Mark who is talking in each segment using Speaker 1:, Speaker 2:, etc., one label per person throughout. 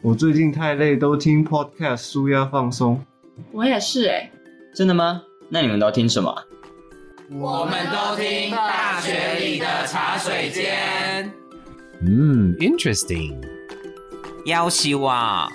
Speaker 1: 我最近太累，都听 podcast 舒压放松。
Speaker 2: 我也是哎、
Speaker 3: 真的吗？那你们都听什么啊？
Speaker 4: 我们都听大学里的茶水间。
Speaker 5: 嗯，interesting。
Speaker 4: 要希
Speaker 6: 啊
Speaker 4: 望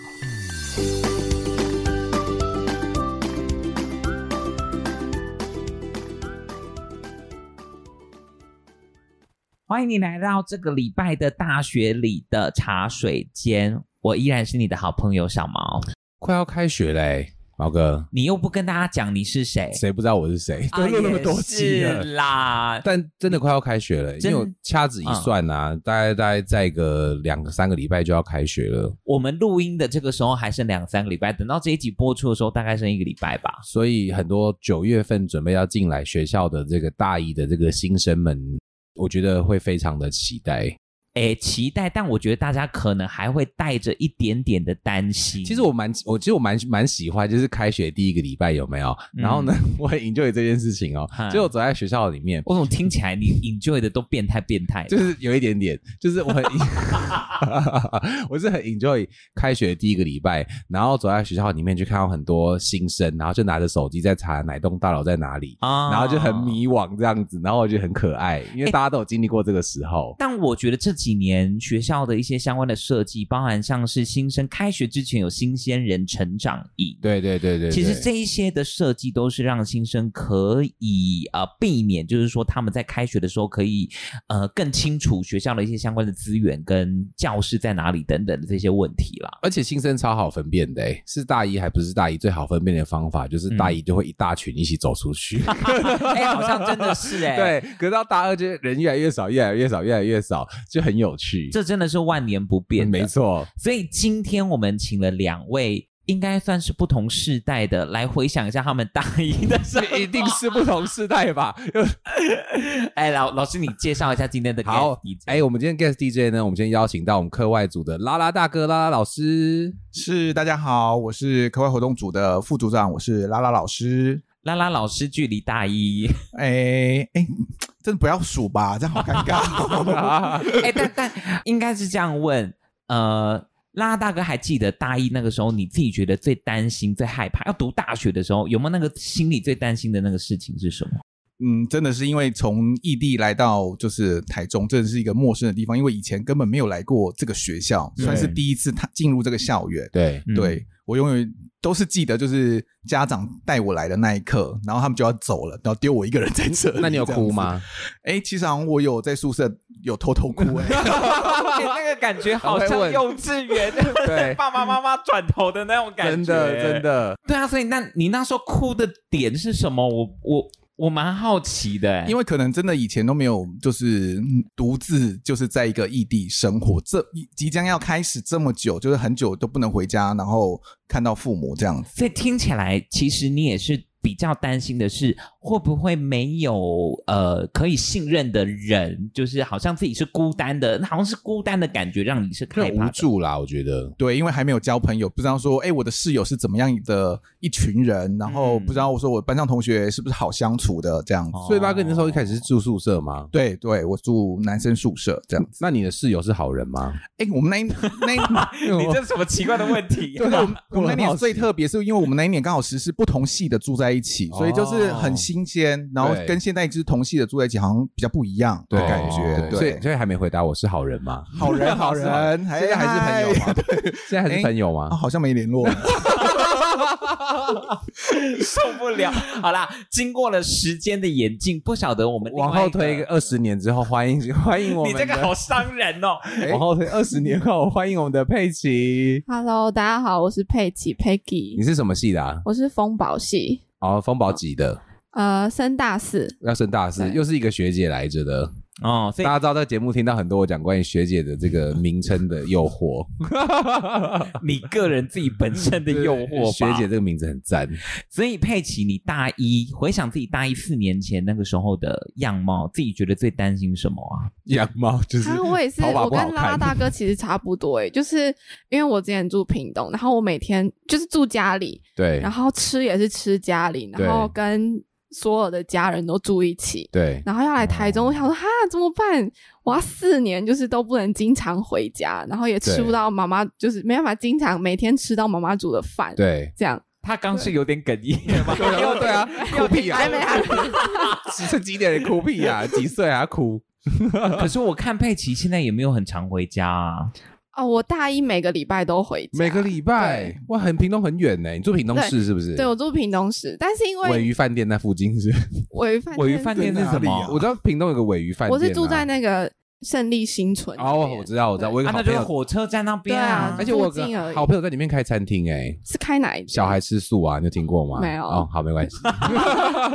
Speaker 6: 欢迎你来到这个礼拜的大学里的茶水间，我依然是你的好朋友小毛。
Speaker 5: 快要开学嘞、毛哥，
Speaker 6: 你又不跟大家讲你是谁，
Speaker 5: 谁不知道我是谁？
Speaker 6: 啊
Speaker 5: 都录那么多集
Speaker 6: 也
Speaker 5: 了
Speaker 6: 是，啦。
Speaker 5: 但真的快要开学了，因
Speaker 6: 真
Speaker 5: 为我掐指一算啊，大概大概再个两个三个礼拜就要开学了，
Speaker 6: 我们录音的这个时候还剩两三个礼拜，等到这一集播出的时候，大概剩一个礼拜吧。
Speaker 5: 所以很多九月份准备要进来学校的这个大一的这个新生们，我觉得会非常的期待。
Speaker 6: 诶，期待，但我觉得大家可能还会带着一点点的担心。
Speaker 5: 其实我蛮，我其实我蛮蛮喜欢，就是开学第一个礼拜有没有？然后呢， 我很 enjoy 这件事情哦
Speaker 6: 嗯。
Speaker 5: 就我走在学校里面，
Speaker 6: 我怎么听起来你 enjoy 的都变态变态的？
Speaker 5: 就是有一点点，就是我很， 我是很 enjoy 开学第一个礼拜，然后走在学校里面就看到很多新生，然后就拿着手机在查哪栋大楼在哪里，
Speaker 6: 啊
Speaker 5: 然后就很。迷惘这样子，然后我觉得很可爱，因为大家都有经历过这个时候。
Speaker 6: 但我觉得这几年学校的一些相关的设计，包含像是新生开学之前有新鲜人成长营，
Speaker 5: 对对对对，
Speaker 6: 其实
Speaker 5: 对
Speaker 6: 这一些的设计都是让新生可以呃避免，就是说他们在开学的时候可以呃更清楚学校的一些相关的资源跟教室在哪里等等的这些问题 啦。
Speaker 5: 而且新生超好分辨的、欸，是大一还不是大一最好分辨的方法，就是大一就会一大群一起走出去。
Speaker 6: 嗯 哎、好像真的是哎、。
Speaker 5: 对，可是到大二就人越来越少，越来越少，越来越少，就很有趣。
Speaker 6: 这真的是万年不变
Speaker 5: 嗯
Speaker 6: 的，
Speaker 5: 没错，
Speaker 6: 所以今天我们请了两位，应该算是不同世代的，来回想一下他们大一的时候。
Speaker 5: 一定是不同世代吧？
Speaker 6: 哎，老老师，你介绍一下今天 的
Speaker 5: 好
Speaker 6: guest DJ
Speaker 5: 哎、我们今天 guest DJ 呢，我们今天邀请到我们课外组的拉拉大哥、拉拉老师。
Speaker 7: 是，大家好，我是课外活动组的副组长，我是拉拉老师。
Speaker 6: 拉拉老师，距离大 一，
Speaker 7: 哎哎，真的不要数吧，这样好尴尬。
Speaker 6: 哎，但但应该是这样问，呃。拉拉大哥还记得大一那个时候，你自己觉得最担心、最害怕要读大学的时候，有没有那个心里最担心的那个事情是什么？
Speaker 7: 嗯，真的是因为从异地来到就是台中，真的是一个陌生的地方，因为以前根本没有来过这个学校，
Speaker 6: 对
Speaker 7: 算是第一次踏进入这个校园。
Speaker 5: 对，
Speaker 6: 嗯
Speaker 7: 对我永远都是记得，就是家长带我来的那一刻，然后他们就要走了，然后丢我一个人在这里
Speaker 5: 那你有哭？吗？
Speaker 7: 这样子哎，其实好像我有在宿舍有偷偷哭、哎。
Speaker 6: 哎那个感觉好
Speaker 5: 很会
Speaker 6: 像
Speaker 5: 问
Speaker 6: 幼稚 园，
Speaker 5: 对
Speaker 6: 爸爸妈妈转头的那种感觉，
Speaker 5: 真的，真的，
Speaker 6: 对啊，所以那你那时候哭的点是什么？我我我蛮好奇的、欸
Speaker 7: 因
Speaker 6: 为
Speaker 7: 为可能真的以前都没有，就是嗯独自就是在一个异地生活，这即将要开始这么久，就是很久都不能回家，然后看到父母这样子。
Speaker 6: 所以听起来，其实你也是比较担心的是，会不会没有呃可以信任的人，就是好像自己是孤单的，那好像是孤单的感觉，让你是
Speaker 5: 很
Speaker 6: 害怕
Speaker 5: 无
Speaker 6: 的。
Speaker 5: 助啦，我觉得。
Speaker 7: 对，因为还没有交朋友，不知道说，哎，我的室友是怎么样的一群人，然后
Speaker 6: 嗯
Speaker 7: 不知道我说我班上同学是不是好相处的这样子。
Speaker 6: 哦
Speaker 5: 所以大哥，你那时候一开始是住宿舍吗？
Speaker 7: 对对，我住男生宿舍这样子。
Speaker 5: 那你的室友是好人吗？
Speaker 7: 哎，我们那一那一
Speaker 6: 你这什么奇怪的问 题、
Speaker 7: 对，我们我们
Speaker 5: 很
Speaker 7: 那
Speaker 5: 好
Speaker 7: 年
Speaker 5: 奇
Speaker 7: 最特别，是因为我们那一年刚好实施不同系的住在一起，所以就是很新鲜，然后
Speaker 5: 对
Speaker 7: 跟现在就是同系的住在一起好像比较不一样的感觉。
Speaker 5: 所
Speaker 7: 对
Speaker 5: 以，所以还没回答我是好人吗？
Speaker 7: 好人好人，
Speaker 5: 现在还是朋友吗？现在还是朋友
Speaker 7: 啊，
Speaker 5: 吗？
Speaker 7: 好像没联络了。
Speaker 6: 受不了。好啦，经过了时间的演进，不晓得我们另外
Speaker 5: 哎哦往后
Speaker 6: 一个
Speaker 5: 推 个二十年之后，欢迎 欢迎我
Speaker 6: 你
Speaker 5: 们的。
Speaker 6: 这个好伤人哦。
Speaker 5: 往后推 二十年后，欢迎我们的佩奇。
Speaker 8: Hello，大家好，我是佩奇
Speaker 5: 你
Speaker 8: Peggy，
Speaker 5: 是什么系的啊？
Speaker 8: 我是风宝系，
Speaker 5: 哦，风宝几的？
Speaker 8: 呃，升大四，
Speaker 5: 要升大四，
Speaker 8: 对
Speaker 5: 又是一个学姐来着的。
Speaker 6: 哦，所
Speaker 5: 大
Speaker 6: 以
Speaker 5: 家知道在节目听到很多我讲关于学姐的这个名称的诱惑，
Speaker 6: 你个人自己本 身的诱惑吧。
Speaker 5: 学姐这个名字很赞。
Speaker 6: 所以佩奇，你大一回想自己大一四年前那个时候的样貌，自己觉得最担心什么啊？
Speaker 5: 养猫就是
Speaker 8: 啊，我也是，
Speaker 5: 头发
Speaker 8: 我
Speaker 5: 不好
Speaker 8: 跟
Speaker 5: 看
Speaker 8: 拉拉大哥其实差不多诶，欸就是因为我之前住屏东，然后我每天就是住家里，
Speaker 5: 对
Speaker 8: 然后吃也是吃家里，
Speaker 5: 对
Speaker 8: 然后跟所有的家人都住一起，
Speaker 5: 对哦
Speaker 8: 然后要来台中，我想说哈怎么办？我要四年就是都不能经常回家，然后也吃
Speaker 5: 对
Speaker 8: 不到妈妈，就是没办法经常每天吃到妈妈煮的饭，
Speaker 5: 对，
Speaker 8: 这样。
Speaker 6: 他刚是有点哽咽吗？
Speaker 5: 对啊，哭屁啊
Speaker 8: 还没，还没，
Speaker 5: 这几点人哭屁啊？ 几岁啊？哭？
Speaker 6: 可是我看佩奇现在也没有很常回家啊。
Speaker 8: 哦，我大一每个礼拜都回家，
Speaker 5: 每个礼拜
Speaker 8: 对
Speaker 5: 哇，很屏东很远呢。你住屏东
Speaker 8: 对
Speaker 5: 市是不是？
Speaker 8: 对我住屏东市，但是因
Speaker 5: 尾
Speaker 8: 为
Speaker 5: 鱼饭店那附近是不是，
Speaker 8: 尾鱼饭
Speaker 6: 尾鱼饭店是什么？
Speaker 5: 我知道屏东有个尾鱼饭店
Speaker 8: 啊我
Speaker 5: 啊，
Speaker 8: 是住在那个胜利新村那
Speaker 5: 哦，
Speaker 8: 边
Speaker 5: 我知道，我知道，我有
Speaker 6: 啊，
Speaker 5: 个好
Speaker 6: 那就
Speaker 5: 朋
Speaker 6: 是
Speaker 5: 友，
Speaker 6: 火车站那边
Speaker 8: 对啊
Speaker 5: 而且我有
Speaker 8: 附近而
Speaker 5: 个
Speaker 8: 已
Speaker 5: 好朋友在里面开餐厅哎。
Speaker 8: 是开哪一间
Speaker 5: 小孩吃素啊，你有听过吗？
Speaker 8: 没有
Speaker 5: 哦，好，没关 系。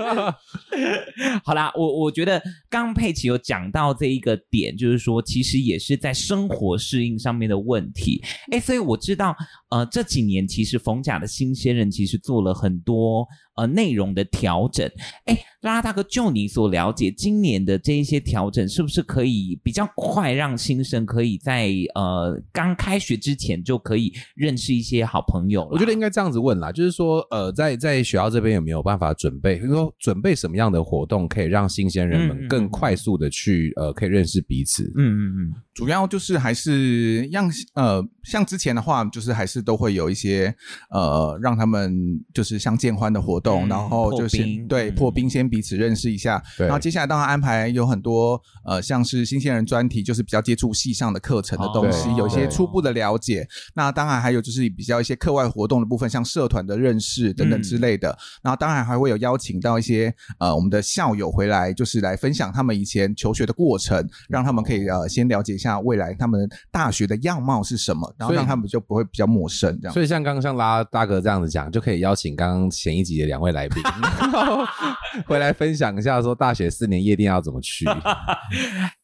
Speaker 6: 好啦，我我觉得刚刚佩奇有讲到这一个点，就是说其实也是在生活适应上面的问题。哎，所以我知道，呃，这几年其实冯甲的新鲜人其实做了很多呃内容的调整。哎，拉拉大哥，就你所了解，今年的这一些调整是不是可以比较快让新生可以在呃刚开学之前就可以认识一些好朋友了？
Speaker 5: 我觉得应该这样子问啦，就是说，呃，在在学校这边有没有办法准备，就是说准备什么样的活动可以让新鲜人
Speaker 6: 嗯嗯
Speaker 5: 们
Speaker 6: 嗯
Speaker 5: 更快速的去呃，可以认识彼此？
Speaker 6: 嗯嗯嗯，
Speaker 7: 主要就是还是让呃，像之前的话，就是还是都会有一些呃，让他们就是相见欢的活动，
Speaker 6: 嗯
Speaker 7: 然后就是
Speaker 6: 破冰
Speaker 7: 对
Speaker 6: 嗯
Speaker 7: 破冰先彼此认识一下，
Speaker 5: 对
Speaker 7: 然后接下来当然安排有很多呃，像是新鲜人专题，就是比较接触系上的课程的东西，
Speaker 5: 哦
Speaker 7: 有一些
Speaker 5: 对
Speaker 7: 初步的了解。那当然还有就是比较一些课外活动的部分，像社团的认识等等之类的。然后当然还会有邀请到一些呃我们的校友回来，就是来分享他们以前求学的过程，让他们可以呃先了解一下未来他们大学的样貌是什么，然后
Speaker 5: 所以
Speaker 7: 让他们就不会比较陌生这样。
Speaker 5: 所以像刚刚像拉大哥这样子讲，就可以邀请刚刚前一集的两位 来宾，然后回来分享一下说大学四年夜店要怎么 去，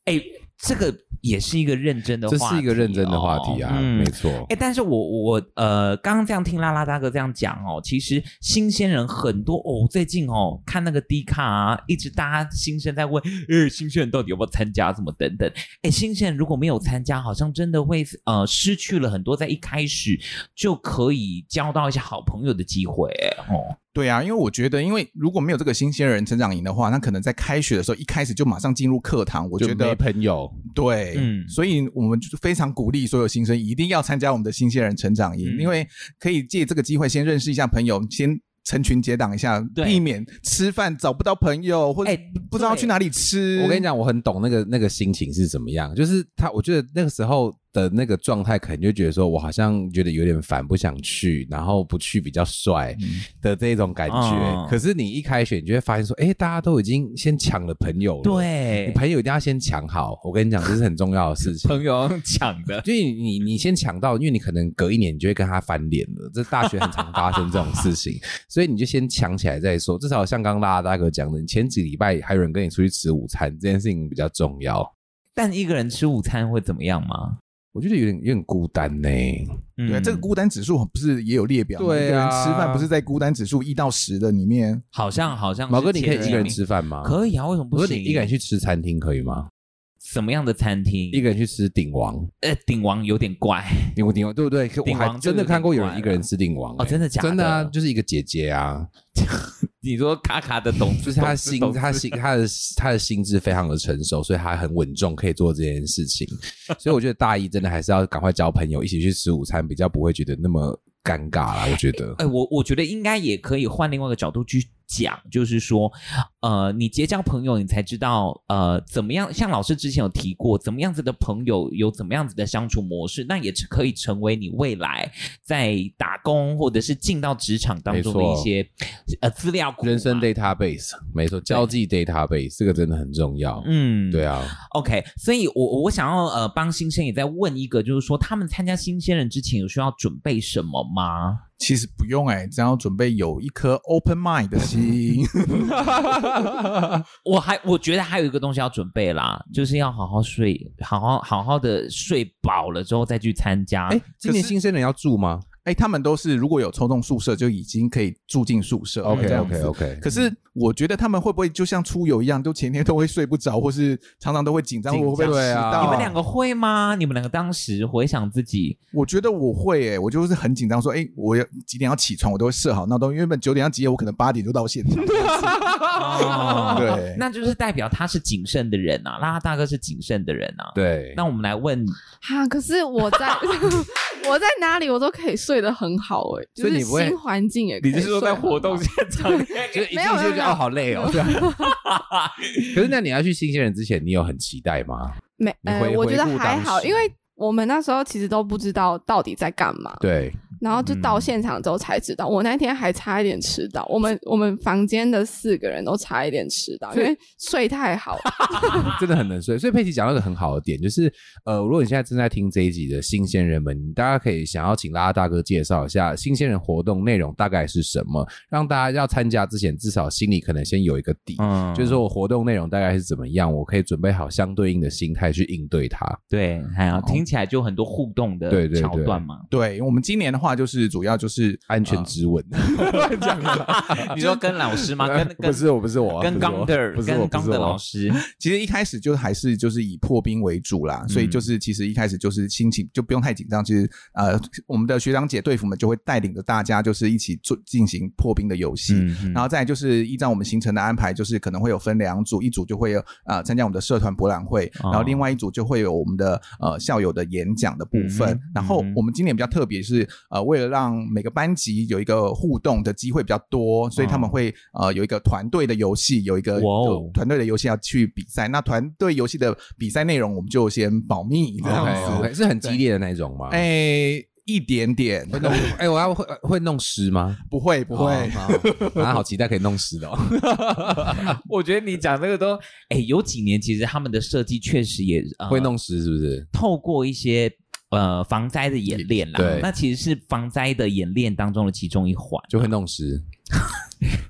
Speaker 6: 哎，这个也是一个认真的
Speaker 5: 这
Speaker 6: 话题哦，
Speaker 5: 是一个认真的话题啊，没错。
Speaker 6: 哎、但是我我呃，刚刚这样听拉拉大哥这样讲哦，其实新鲜人很多哦，最近哦看那个 D 卡、啊，一直大家新生在问，呃，新鲜人到底要不要参加，什么等等。哎、新鲜人如果没有参加，好像真的会呃失去了很多在一开始就可以交到一些好朋友的机会哎哦。
Speaker 7: 对啊，因为我觉得，因为如果没有这个新鲜人成长营的话，那可能在开学的时候一开始就马上进入课堂，我
Speaker 5: 就
Speaker 7: 觉
Speaker 5: 没
Speaker 7: 得
Speaker 5: 朋友，
Speaker 7: 对，
Speaker 6: 嗯
Speaker 7: 所以我们就是非常鼓励所有新生一定要参加我们的新鲜人成长营，
Speaker 6: 嗯
Speaker 7: 因为可以借这个机会先认识一下朋友，先。成群结党一下，
Speaker 6: 对
Speaker 7: 避免吃饭找不到朋友，或者
Speaker 6: 哎
Speaker 7: 不知道
Speaker 6: 对
Speaker 7: 去哪里吃。
Speaker 5: 我跟你，讲，我很懂那个那个心情是怎么样，就是他，我觉得那个时候的那个状态，可能就觉得说我好像觉得有点烦，不想去，然后不去比较帅的这一种感觉。
Speaker 6: 嗯
Speaker 5: 可是你一开学，你就会发现说，哎、大家都已经先抢了朋友了，，你
Speaker 6: 对，
Speaker 5: 朋友一定要先抢好。我跟你讲，这是很重要的事情。
Speaker 6: 朋友抢的，
Speaker 5: 就是你你你先抢到，因为你可能隔一年你就会跟他翻脸了，这大学很常发生这种事 情，所以你就先抢起来再说。至少像刚刚大家大哥讲的，你前几个礼拜还有人跟你出去吃午餐，这件事情比较重要。
Speaker 6: 但一个人吃午餐会怎么样吗？
Speaker 5: 我觉得有点有点孤单呢、
Speaker 6: 嗯
Speaker 7: 对、这个孤单指数不是也有列表吗？
Speaker 5: 对啊
Speaker 7: 一个人吃饭不是在孤单指数一到十的里面。
Speaker 6: 好像好像
Speaker 5: 毛
Speaker 6: 是
Speaker 5: 哥，你可以
Speaker 6: 前
Speaker 5: 一
Speaker 6: 几
Speaker 5: 个人
Speaker 6: 名
Speaker 5: 吃饭吗？
Speaker 6: 可以啊，为什么不
Speaker 5: 我说
Speaker 6: 行？
Speaker 5: 你一个人去吃餐厅可以吗？
Speaker 6: 什么样的餐厅？
Speaker 5: 一个人去吃鼎王，
Speaker 6: 呃，鼎王有点 怪，
Speaker 5: 鼎王鼎王对不对？可
Speaker 6: 鼎
Speaker 5: 我
Speaker 6: 王
Speaker 5: 还真的看过有人一个人吃鼎王、
Speaker 6: 哦真的假的
Speaker 5: 真的啊，就是一个姐姐啊，
Speaker 6: 你说卡卡的董
Speaker 5: 就
Speaker 6: 事
Speaker 5: 是她
Speaker 6: 他
Speaker 5: 的心，她心，她的她的心智非常的成熟，所以她很稳重，可以做这件事情。所以我觉得大一真的还是要赶快交朋友，一起去吃午餐，比较不会觉得那么尴尬啦。我觉得，
Speaker 6: 哎，我我觉得应该也可以换另外一个角度去讲，就是说，呃，你结交朋友，你才知道，呃，怎么样？像老师之前有提过，怎么样子的朋友有怎么样子的相处模式，那也是可以成为你未来在打工或者是进到职场当中的
Speaker 5: 没
Speaker 6: 一
Speaker 5: 错
Speaker 6: 些呃资料库嘛。
Speaker 5: 人生 database 没错，交际 database 这个真的很重要。
Speaker 6: 嗯，
Speaker 5: 对啊，
Speaker 6: OK，所以我我想要呃帮新生也在问一个，就是说他们参加新鲜人之前有需要准备什么 吗？
Speaker 7: 其实不用哎、只要准备有一颗 open mind 的心。
Speaker 6: 我还我觉得还有一个东西要准备啦，就是要好好睡，好好好好的睡饱了之后再去参加。
Speaker 5: 哎 哎，今年新生人要住吗？
Speaker 7: 哎、他们都是如果有抽中宿舍就已经可以住进宿舍了
Speaker 5: OK
Speaker 7: 这样子
Speaker 5: OK OK，
Speaker 7: 可是我觉得他们会不会就像出游一样，都前天都会睡不着，或是常常都会紧张，
Speaker 5: 紧张
Speaker 7: 我会不会迟
Speaker 5: 对啊
Speaker 7: 到？
Speaker 6: 你们两个会吗？你们两个当时回想自 己，
Speaker 7: 我觉得我会诶、我就是很紧张，说诶、哎我要几点要起床，我都会设好闹钟。因为原本九点要几点，我可能八点就到现场。
Speaker 6: 哦
Speaker 7: 对
Speaker 6: 那就是代表他是谨慎的人啊，拉拉大哥是谨慎的人啊。
Speaker 5: 对，
Speaker 6: 那我们来问，
Speaker 8: 哈，可是我在 我在哪里我都可以睡得很好哎、就
Speaker 5: 所以
Speaker 8: 是
Speaker 5: 你不会
Speaker 8: 新环境也可
Speaker 5: 你
Speaker 8: 以
Speaker 5: 是说
Speaker 8: 睡
Speaker 5: 在
Speaker 8: 很
Speaker 5: 活动
Speaker 8: 好
Speaker 5: 现场，就是一进
Speaker 8: 没有
Speaker 5: 去
Speaker 8: 没有
Speaker 5: 就觉
Speaker 8: 没有
Speaker 5: 得哦好累哦。对啊 可是那你要去新鲜人之前，你有很期待吗？
Speaker 8: 没
Speaker 5: 你
Speaker 8: 呃
Speaker 5: 回，
Speaker 8: 我觉得
Speaker 5: 回顾
Speaker 8: 还
Speaker 5: 当
Speaker 8: 好，
Speaker 5: 时
Speaker 8: 因为我们那时候其实都不知道到底在干嘛，
Speaker 5: 对，嗯
Speaker 8: 然后就到现场之后才知道。我那天还差一点迟到，我们我们房间的四个人都差一点迟到，因为睡太好。
Speaker 5: 真的很能睡。所以佩奇讲到一个很好的点，就是呃，如果你现在正在听这一集的新鲜人们，大家可以想要请拉拉大哥介绍一下新鲜人活动内容大概是什么，让大家要参加之前至少心里可能先有一个底。
Speaker 6: 嗯
Speaker 5: 就是说我活动内容大概是怎么样，我可以准备好相对应的心态去应对它。
Speaker 6: 对，还有听起来就很多互动的
Speaker 5: 对对对
Speaker 6: 桥段嘛。
Speaker 7: 对，我们今年的话就是主要就是呃
Speaker 5: 安全之吻，
Speaker 7: 讲
Speaker 6: 你说跟老师吗？跟跟
Speaker 5: 不是我，不是我，
Speaker 6: 跟
Speaker 5: 不是我
Speaker 6: 刚的
Speaker 5: 不是我，
Speaker 6: 跟
Speaker 5: 不
Speaker 6: 刚
Speaker 5: 是
Speaker 6: 的
Speaker 5: 我
Speaker 6: 老。师，
Speaker 7: 其实一开始就还是就是以破冰为主啦，所以就是其实一开始就是心情就不用太紧张。其实呃，我们的学长姐队服们就会带领着大家就是一起做进行破冰的游戏。
Speaker 6: 嗯
Speaker 7: 然后再来就是依照我们行程的安排，就是可能会有分两组，一组就会有呃参加我们的社团博览会，
Speaker 6: 哦
Speaker 7: 然后另外一组就会有我们的呃校友的演讲的部分。
Speaker 6: 嗯哼
Speaker 7: 然后
Speaker 6: 嗯哼
Speaker 7: 我们今年比较特别是呃为了让每个班级有一个互动的机会比较多，所以他们会、呃有一个团队的游戏，有一个
Speaker 6: 哦哇哦
Speaker 7: 团队的游戏要去比赛。那团队游戏的比赛内容我们就先保密这样
Speaker 6: 哦
Speaker 5: OK
Speaker 7: 子。
Speaker 5: OK，是很激烈的那一种吗？
Speaker 7: 哎、一点点，
Speaker 5: 会弄哎，我要会会弄湿吗？
Speaker 7: 不会不会。
Speaker 5: 哦，啊，好期待可以弄湿的哦。
Speaker 6: 我觉得你讲这个都，哎，有几年其实他们的设计确实也呃
Speaker 5: 会弄湿是不是？
Speaker 6: 透过一些呃防灾的演练啦，
Speaker 5: 对
Speaker 6: 那其实是防灾的演练当中的其中一环。
Speaker 5: 就会弄
Speaker 6: 啊
Speaker 5: 湿，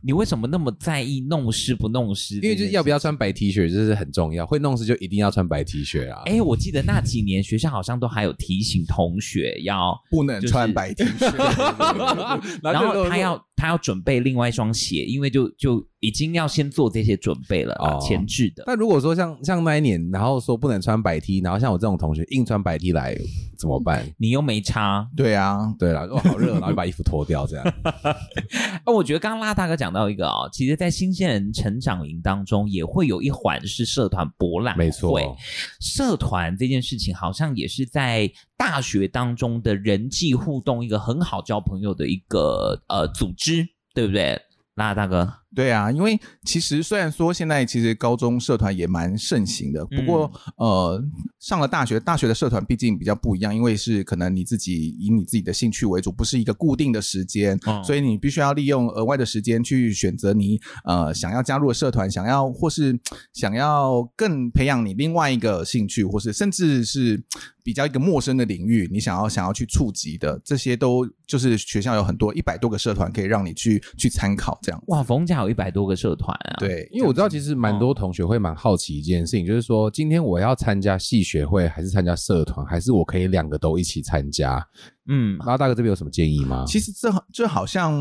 Speaker 6: 你为什么那么在意弄湿不弄湿？
Speaker 5: 因为就是要不。要穿白 T 恤，这是很重要。会弄湿就一定要穿白 T 恤啊。
Speaker 6: 哎，我记得那几年学校好像都还有提醒同学要，
Speaker 7: 不能
Speaker 6: 就是
Speaker 7: 穿白 T 恤，
Speaker 6: 然
Speaker 5: 就
Speaker 6: 后
Speaker 5: 说
Speaker 6: 他要他要准备另外一双鞋，因为就就已经要先做这些准备了啦，
Speaker 5: 哦
Speaker 6: 前置的。
Speaker 5: 但如果说像像那一年，然后说不能穿白 T，然后像我这种同学硬穿白 T 来怎么 办？
Speaker 6: 你又没差，
Speaker 7: 对啊，
Speaker 5: 对啦，哇，好热，然后就把衣服脱掉这样。
Speaker 6: 哦，我觉得刚刚拉大哥讲到一个哦，其实，在新鲜人成长营当中，也会有一环是社团博览会。
Speaker 5: 没错，
Speaker 6: 社团这件事情好像也是在大学当中的人际互动一个很好交朋友的一个呃组织，对不对？拉大哥，
Speaker 7: 对啊，因为其实虽然说现在其实高中社团也蛮盛行的，不过、呃，上了大学，大学的社团毕竟比较不一样，因为是可能你自己以你自己的兴趣为主，不是一个固定的时间，
Speaker 6: 嗯
Speaker 7: 所以你必须要利用额外的时间去选择你呃想要加入的社团，想要或是想要更培养你另外一个兴趣，或是甚至是比较一个陌生的领域，你想要想要去触及的，这些都就是学校有很多一百多个社团可以让你去去参考这样。
Speaker 6: 哇，冯家有一百多个社团啊，，
Speaker 7: 对，
Speaker 5: 因为我知道其实蛮多同学会蛮好奇一件事情，就是说今天我要参加系学会，还是参加社团，还是我可以两个都一起参加？
Speaker 6: 嗯，
Speaker 5: 然后大哥这边有什么建议吗？
Speaker 7: 其实这好这好像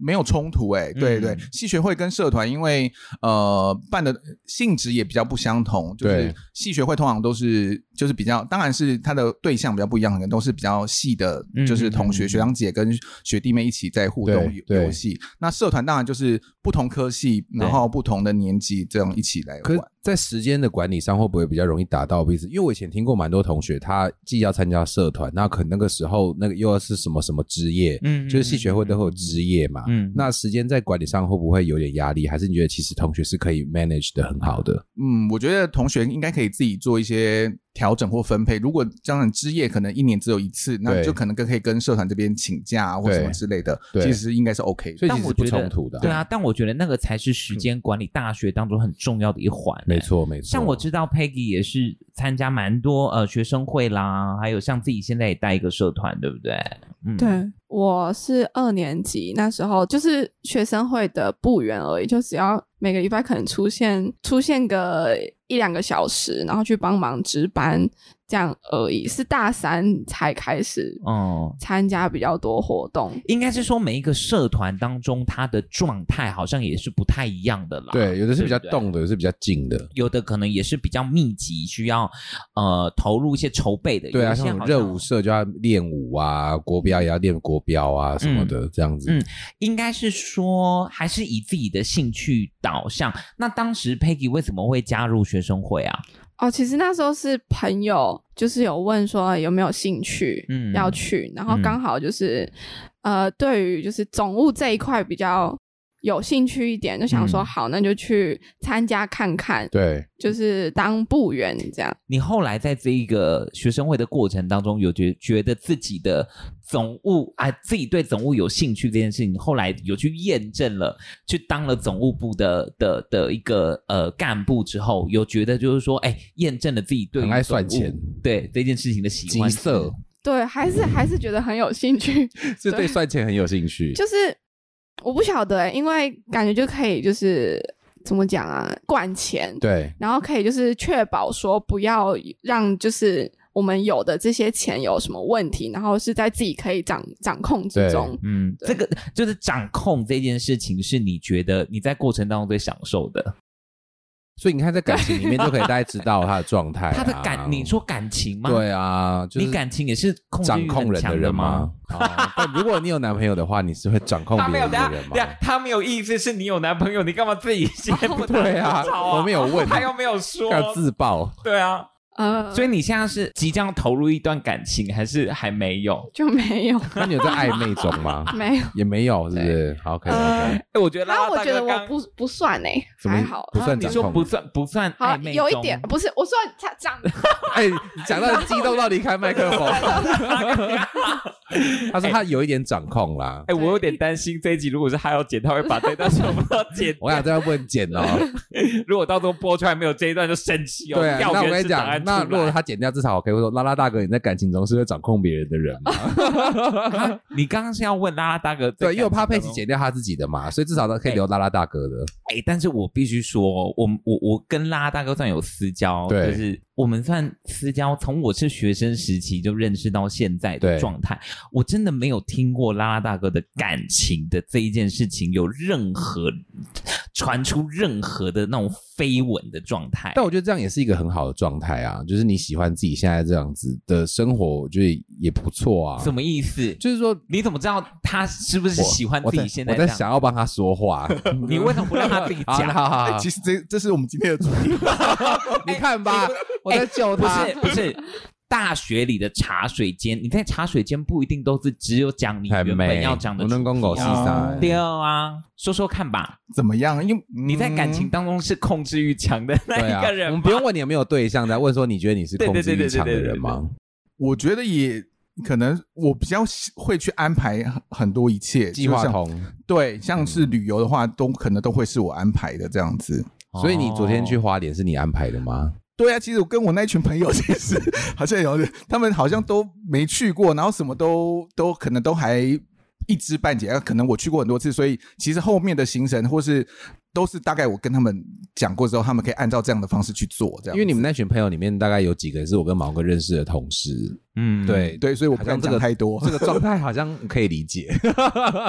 Speaker 7: 没有冲突哎、对对
Speaker 6: 嗯，
Speaker 7: 戏学会跟社团因为呃办的性质也比较不相同，就是
Speaker 5: 对
Speaker 7: 戏学会通常都是就是比较，当然是它的对象比较不一样，可能都是比较细的
Speaker 6: 嗯，
Speaker 7: 就是同学、
Speaker 6: 嗯嗯
Speaker 7: 学长姐跟学弟妹一起在互动
Speaker 5: 对对
Speaker 7: 游戏。那社团当然就是不同科系，然后不同的年级这样一起来
Speaker 5: 可
Speaker 7: 玩
Speaker 5: 是。，在时间的管理上会不会比较容易达到彼此？因为我以前听过蛮多同学，他既要参加社团，那可能那个时候那个又要是什么什么职业，
Speaker 6: 嗯
Speaker 5: 就是系学会都会有职业嘛。
Speaker 6: 嗯
Speaker 5: 那时间在管理上会不会有点压力？还是你觉得其实同学是可以 manage 的很好的？
Speaker 7: 嗯，我觉得同学应该可以自己做一些调整或分配。如果当然枝叶可能一年只有一次，那
Speaker 5: 对
Speaker 7: 就可能更可以跟社团这边请假啊或
Speaker 5: 对
Speaker 7: 什么之类的，
Speaker 5: 对
Speaker 7: 其实应该是 OK 的。
Speaker 5: 所以
Speaker 6: 但
Speaker 5: 其
Speaker 6: 我
Speaker 5: 实不
Speaker 6: 觉
Speaker 5: 冲
Speaker 6: 得
Speaker 5: 突的啊、
Speaker 6: 对啊，但我觉得那个才是时间管理大学当中很重要的一环、啊
Speaker 5: 没。错没错。
Speaker 6: 像我知道 Peggy 也是参加蛮多呃学生会啦，还有像自己现在也带一个社团，对不对？嗯，
Speaker 8: 对，我是二年级那时候，就是学生会的部员而已，就只要每个礼拜可能出现出现个一两个小时，然后去帮忙值班这样而已，是大三才开始
Speaker 6: 哦、
Speaker 8: 参加比较多活动。
Speaker 6: 应该是说每一个社团当中，他的状态好像也是不太一样的啦。
Speaker 5: 对，有的是比较
Speaker 6: 对不对
Speaker 5: 动的，有的是比较静的。
Speaker 6: 有的可能也是比较密集，需要呃投入一些筹备的。
Speaker 5: 对啊，
Speaker 6: 有一些
Speaker 5: 像
Speaker 6: 好
Speaker 5: 热舞社就要练舞啊，国标也要练国标啊什么的，这样子。
Speaker 6: 嗯应该是说还是以自己的兴趣导向。那当时 Peggy 为什么会加入学生会啊？
Speaker 8: 哦，其实那时候是朋友，就是有问说有没有兴趣，
Speaker 6: 嗯
Speaker 8: 要去，然后
Speaker 6: 嗯
Speaker 8: 刚好就是，呃，对于就是总务这一块比较有兴趣一点，就想说
Speaker 6: 嗯
Speaker 8: 好，那就去参加看看，
Speaker 5: 对，
Speaker 8: 就是当部员这样。
Speaker 6: 你后来在这一个学生会的过程当中，有觉觉得自己的总务啊，自己对总务有兴趣这件事情，后来有去验证了，去当了总务部的的的一个呃干部之后，有觉得就是说，哎、验证了自己对于
Speaker 5: 很爱
Speaker 6: 总务
Speaker 5: 算钱，
Speaker 6: 对这件事情的喜欢
Speaker 5: 急色，
Speaker 8: 对，还是还是觉得很有兴趣，
Speaker 5: 是对算钱很有兴趣。
Speaker 8: 就是我不晓得欸、因为感觉就可以就是怎么讲啊，管钱，
Speaker 5: 对，
Speaker 8: 然后可以就是确保说不要让就是我们有的这些钱有什么问题，然后是在自己可以掌掌控之
Speaker 5: 对
Speaker 8: 中。
Speaker 6: 嗯，
Speaker 8: 对
Speaker 6: 这个就是掌控这件事情，是你觉得你在过程当中最享受的。
Speaker 5: 所以你看，在感情里面就可以大概知道他的状态啊、
Speaker 6: 他的感，你说感情吗？
Speaker 5: 对啊，就是
Speaker 6: 你感情也是控制
Speaker 5: 掌
Speaker 6: 欲
Speaker 5: 控人的人吗？ 啊但如果你有男朋友的话，你是会掌控
Speaker 6: 他没
Speaker 5: 别
Speaker 6: 有，
Speaker 5: 人
Speaker 6: 等下
Speaker 5: 的
Speaker 6: 等
Speaker 5: 人吗？
Speaker 6: 下，他没有意思，是你有男朋友，你干嘛自己先 不
Speaker 5: 对啊
Speaker 6: 不吵
Speaker 5: 我没有问
Speaker 6: 他又没有说，
Speaker 5: 要自爆，
Speaker 6: 对啊，
Speaker 8: 呃，
Speaker 6: 所以你现在是即将投入一段感情，还是还没有？
Speaker 8: 就没有
Speaker 5: 那你有在暧昧中吗？
Speaker 8: 没有。
Speaker 5: 也没有，是不是？好，OK OK，
Speaker 6: 哎，我觉得
Speaker 8: 然
Speaker 6: 拉
Speaker 8: 后
Speaker 6: 拉
Speaker 8: 我
Speaker 6: 大
Speaker 8: 觉
Speaker 6: 哥
Speaker 8: 得
Speaker 6: 刚
Speaker 8: 我不不算哎、
Speaker 5: 怎么
Speaker 8: 还好。
Speaker 5: 不算
Speaker 6: 你
Speaker 5: 掌
Speaker 6: 说不
Speaker 5: 控？
Speaker 6: 算不算
Speaker 8: 好
Speaker 6: 暧，昧
Speaker 8: 有一
Speaker 6: 中
Speaker 8: 点不是，我说他长，
Speaker 5: 哎，你讲到激动到离开麦克 风，他说他有一点掌控啦。
Speaker 6: 哎、我有点担心这一集，如果是他要剪，他会把这段全部都剪
Speaker 5: 我想
Speaker 6: 掉。
Speaker 5: 都要问简哦，
Speaker 6: 如果到时候播出来没 有这一段，就生气哦。
Speaker 5: 对啊，
Speaker 6: 调
Speaker 5: 那我
Speaker 6: 原
Speaker 5: 跟
Speaker 6: 始
Speaker 5: 你
Speaker 6: 档案
Speaker 5: 讲，那
Speaker 6: 出
Speaker 5: 如果
Speaker 6: 来
Speaker 5: 他剪掉，至少我可以说拉拉大哥，你在感情中是会掌控别人的人吗？
Speaker 6: 你刚刚是要问拉拉大哥，
Speaker 5: 对，因为我怕佩奇。剪掉他自己的嘛，所以至少他可以留拉拉大哥的。
Speaker 6: 哎、但是我必须说，哦我我我跟拉拉大哥算有私交，
Speaker 5: 对
Speaker 6: 就是我们算私交，从我是学生时期就认识到现在的
Speaker 5: 对
Speaker 6: 状态，我真的没有听过拉拉大哥的感情的这一件事情有任何传出任何的那种绯闻的状态。
Speaker 5: 但我觉得这样也是一个很好的状态啊，就是你喜欢自己现在这样子的生活，我觉得也不错啊。
Speaker 6: 什么意思？
Speaker 5: 就是说，
Speaker 6: 你怎么知道他是不是
Speaker 5: 我
Speaker 6: 喜欢
Speaker 5: 我
Speaker 6: 自己
Speaker 5: 在
Speaker 6: 现在
Speaker 5: 我
Speaker 6: 这
Speaker 5: 在
Speaker 6: 样？
Speaker 5: 想要帮他说 话，
Speaker 6: 你为什么不让 他自己
Speaker 5: 好
Speaker 6: 讲？
Speaker 5: 好好
Speaker 7: 哎
Speaker 5: 好，
Speaker 7: 其实这这是我们今天的主题，
Speaker 5: 你看吧，我在救
Speaker 6: 哎不
Speaker 5: 他。
Speaker 6: 是不是，大学里的茶水间，你在茶水间不一定都是只有讲你
Speaker 5: 很
Speaker 6: 原
Speaker 5: 美
Speaker 6: 本要讲的
Speaker 5: 我
Speaker 6: 主题啊。
Speaker 5: 能公狗是
Speaker 7: 啥
Speaker 6: 对啊，说说看吧，
Speaker 7: 怎么样？因为
Speaker 6: 你在感情
Speaker 7: 嗯
Speaker 6: 当中是控制欲强的那
Speaker 5: 对啊
Speaker 6: 一个，人
Speaker 5: 我们
Speaker 6: 吗，
Speaker 5: 不用问你有没有对象，再问说你觉得你是
Speaker 6: 对
Speaker 5: 控
Speaker 6: 对
Speaker 5: 制
Speaker 6: 对对
Speaker 5: 欲强的
Speaker 6: 对对
Speaker 5: 人吗？
Speaker 7: 我觉得也可能我比较喜会去安排很很多一切
Speaker 5: 计划，嗯
Speaker 7: 就像
Speaker 5: 通。
Speaker 7: 对，像是旅游的话，都可能都会是我安排的这样子。
Speaker 6: 哦
Speaker 5: 所以你昨天去花莲是你安排的吗？
Speaker 7: 对啊，其实我跟我那一群朋友 其实好像有，他们好像都没去过，然后什么都都可能都还一知半解。啊可能我去过很多次，所以其实后面的行程或是都是大概我跟他们讲过之后，他们可以按照这样的方式去做。这样子，
Speaker 5: 因为你们那群朋友里面大概有几个人是我跟毛哥认识的同事，
Speaker 6: 嗯，
Speaker 5: 对
Speaker 7: 对，所以我
Speaker 5: 好
Speaker 7: 不
Speaker 5: 像
Speaker 7: 敢
Speaker 5: 这
Speaker 7: 讲
Speaker 5: 个
Speaker 7: 太多。
Speaker 5: 这个状态好像可以理解。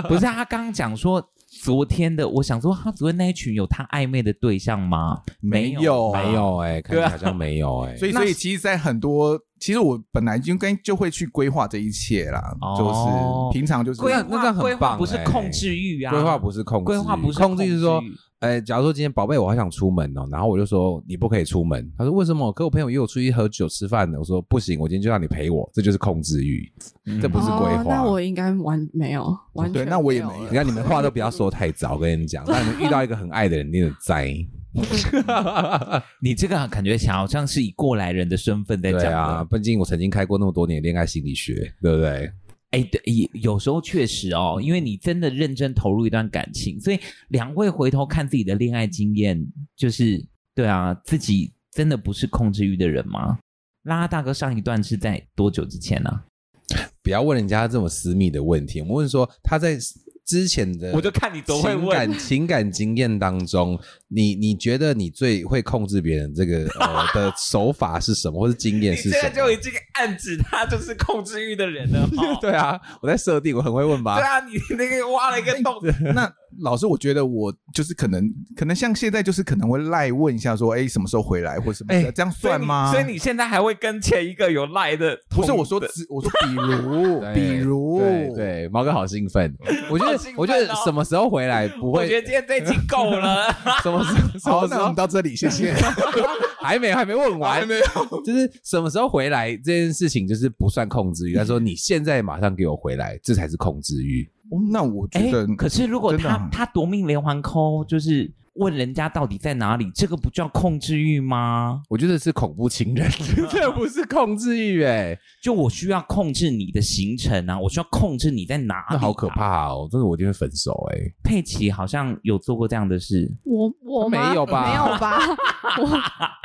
Speaker 6: 不是啊他刚讲说。昨天的，我想说，他昨天那一群有他暧昧的对象吗？
Speaker 7: 没有
Speaker 6: 吧
Speaker 5: 没，有哎、看
Speaker 6: 对
Speaker 5: 起来
Speaker 6: 啊
Speaker 5: 好像没有哎、
Speaker 7: 所以，所以其实，在很多，其实我本来应该就会去规划这一切啦，
Speaker 6: 哦
Speaker 7: 就是平常就是
Speaker 5: 规划那这样很
Speaker 6: 规划
Speaker 5: 棒
Speaker 6: 不是
Speaker 5: 欸
Speaker 6: 控制欲啊，
Speaker 5: 规划不是控制欲，
Speaker 6: 规划不是
Speaker 5: 控制欲，
Speaker 6: 欲
Speaker 5: 是说，哎，假如说今天宝贝，我好想出门哦，然后我就说你不可以出
Speaker 6: 嗯
Speaker 5: 门，他说为什么？可我朋友约我出去喝酒吃饭的，我说不行，我今天就让你陪我，这就是控制欲，
Speaker 6: 嗯
Speaker 5: 这不是规
Speaker 8: 哦
Speaker 5: 划。
Speaker 8: 那我应该完没有完
Speaker 7: 对
Speaker 8: 全，
Speaker 7: 那我也
Speaker 8: 没
Speaker 7: 没
Speaker 8: 有
Speaker 7: 有
Speaker 5: 你看你们话都不要说太早，我跟你 讲，那你们遇到一个很爱的人，你很栽。
Speaker 6: 你这个感觉好像是以过来人的身份在
Speaker 5: 对
Speaker 6: 讲的
Speaker 5: 啊，毕竟我曾经开过那么多年的恋爱心理学，对不对？
Speaker 6: 哎，对，也有时候确实哦，因为你真的认真投入一段感情，所以两位回头看自己的恋爱经验，就是对啊，自己真的不是控制欲的人吗？拉拉大哥上一段是在多久之前呢、
Speaker 5: 不要问人家这么私密的问题。我们问说他在之前的，
Speaker 6: 我就看 你多会
Speaker 5: 情
Speaker 6: 问。
Speaker 5: 感情感经验当中，你你觉得你最会控制别人这个 呃的手法是什么，或是经验
Speaker 6: 你
Speaker 5: 是
Speaker 6: 现
Speaker 5: 什
Speaker 6: 在就已
Speaker 5: 么？
Speaker 6: 经暗指他就是控制欲的 人了。哦
Speaker 5: 对啊，我在设定，我很会问吧
Speaker 6: 对？啊，你那个挖了一个洞。
Speaker 7: 那老师，我觉得我就是可能，可能像现在就是可能会赖问一下说，哎，什么时候回来或什么的，
Speaker 6: 哎
Speaker 7: 这样
Speaker 6: 所以
Speaker 7: 算
Speaker 6: 你
Speaker 7: 吗？
Speaker 6: 所以你现在还会跟前一个有赖的同？
Speaker 7: 不是我说只，我说比如
Speaker 5: 对，
Speaker 7: 比如，
Speaker 5: 对，对，毛哥好兴 奋。我觉得
Speaker 6: 哦好兴奋哦，
Speaker 5: 我觉得什么时候回来不
Speaker 6: 我
Speaker 5: 会
Speaker 6: 觉得今天这集够了。
Speaker 5: 什么时候什
Speaker 7: 好，
Speaker 5: 么时
Speaker 7: 那我
Speaker 5: 候
Speaker 7: 们到这里，谢 谢。
Speaker 5: 还没还没问完，没有， 就是什么时候回来这件事情就是不算控制欲。他说你现在马上给我回来，这才是控制欲。
Speaker 7: 哦那我觉
Speaker 6: 哎
Speaker 7: 得，，
Speaker 6: 可是如果
Speaker 7: 真的
Speaker 6: 他
Speaker 7: 啊
Speaker 6: 他夺命连环扣，就是问人家到底在哪里，这个不叫控制欲吗？
Speaker 5: 我觉得是恐怖情人， 这不是控制欲哎、
Speaker 6: 就我需要控制你的行程啊，我需要控制你在哪里、啊
Speaker 5: 那好可！怕哦！真的，我一定会分手哎、
Speaker 6: 佩奇好像有做过这样的事，
Speaker 8: 我我
Speaker 5: 没
Speaker 8: 吗
Speaker 5: 有吧
Speaker 8: 没有 吧？我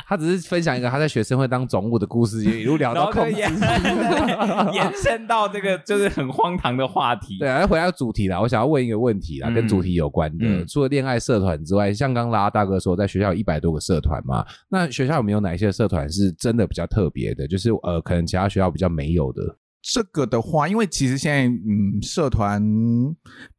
Speaker 5: 他只是分享一个他在学生会当总务的故事，也一路聊
Speaker 6: 然
Speaker 5: 到
Speaker 6: 后就
Speaker 5: 控制
Speaker 6: 延延伸到这
Speaker 8: 嗯
Speaker 6: 个就是很荒唐的话题。
Speaker 5: 对，啊，要回到主题啦，我想要问一个问题啦，
Speaker 6: 嗯
Speaker 5: 跟主题有关的，
Speaker 6: 嗯
Speaker 5: 除了恋爱社团之外，像刚刚拉大哥说，在学校有一百多个社团嘛，那学校有没有哪一些社团是真的比较特别的？就是呃，可能其他学校比较没有的。
Speaker 7: 这个的话，因为其实现在嗯，社团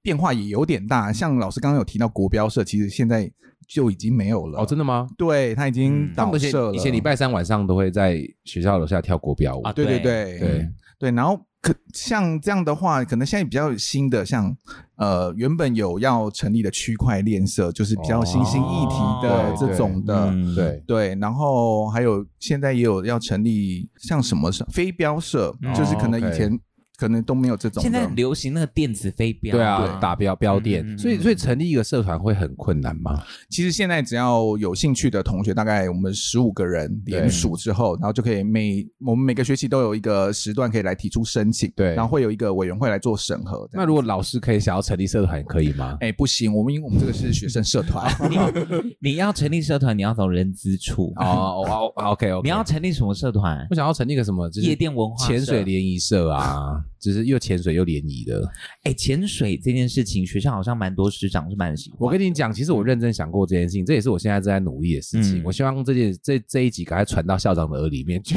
Speaker 7: 变化也有点大，像老师刚刚有提到国标社，其实现在就已经没有了。
Speaker 5: 哦，真的吗？
Speaker 7: 对，他已经
Speaker 6: 嗯
Speaker 5: 他
Speaker 7: 倒
Speaker 5: 们以
Speaker 7: 社
Speaker 5: 前
Speaker 7: 了。
Speaker 5: 以前礼拜三晚上都会在学校楼下跳国标舞
Speaker 6: 啊
Speaker 7: 对对对
Speaker 5: 对
Speaker 7: 对，然后可像这样的话，可能现在比较新的，像呃原本有要成立的区块链社，就是比较新兴议题的
Speaker 5: 哦
Speaker 7: 这种的。
Speaker 6: 嗯
Speaker 5: 对，
Speaker 7: 对，然后还有现在也有要成立像什么社非标社，
Speaker 6: 嗯
Speaker 7: 就是可能
Speaker 5: 哦，OK
Speaker 7: 以前可能都没有这种的。
Speaker 6: 现在流行那个电子飞镖，
Speaker 5: 对啊，打标标店，
Speaker 6: 嗯
Speaker 5: 所以所以成立一个社团会很困难吗？
Speaker 7: 其实现在只要有兴趣的同学，大概我们十五个人联署之后，然后就可以每我们每个学期都有一个时段可以来提出申请，
Speaker 5: 对
Speaker 7: 然后会有一个委员会来做审核。这
Speaker 5: 那
Speaker 7: 样
Speaker 5: 如果老师可以想要成立社团，可以吗？
Speaker 7: 哎、不行，我们因为我们这个是学生 社团，
Speaker 6: 你你要成立社团，你要走人资处
Speaker 5: 哦哦，OK OK，
Speaker 6: 你要成立什么社团
Speaker 5: 我？想要成立一个什么，就是
Speaker 6: 夜店文化社
Speaker 5: 潜水联谊社啊，就是又潜水又联谊的。
Speaker 6: 哎，潜水这件事情，学校好像蛮多师长是蛮喜欢。
Speaker 5: 我跟你讲，其实我认真想过这件事情，这也是我现在正在努力的事情。
Speaker 6: 嗯
Speaker 5: 我希望这件这这一集赶快传到校长的耳里面去。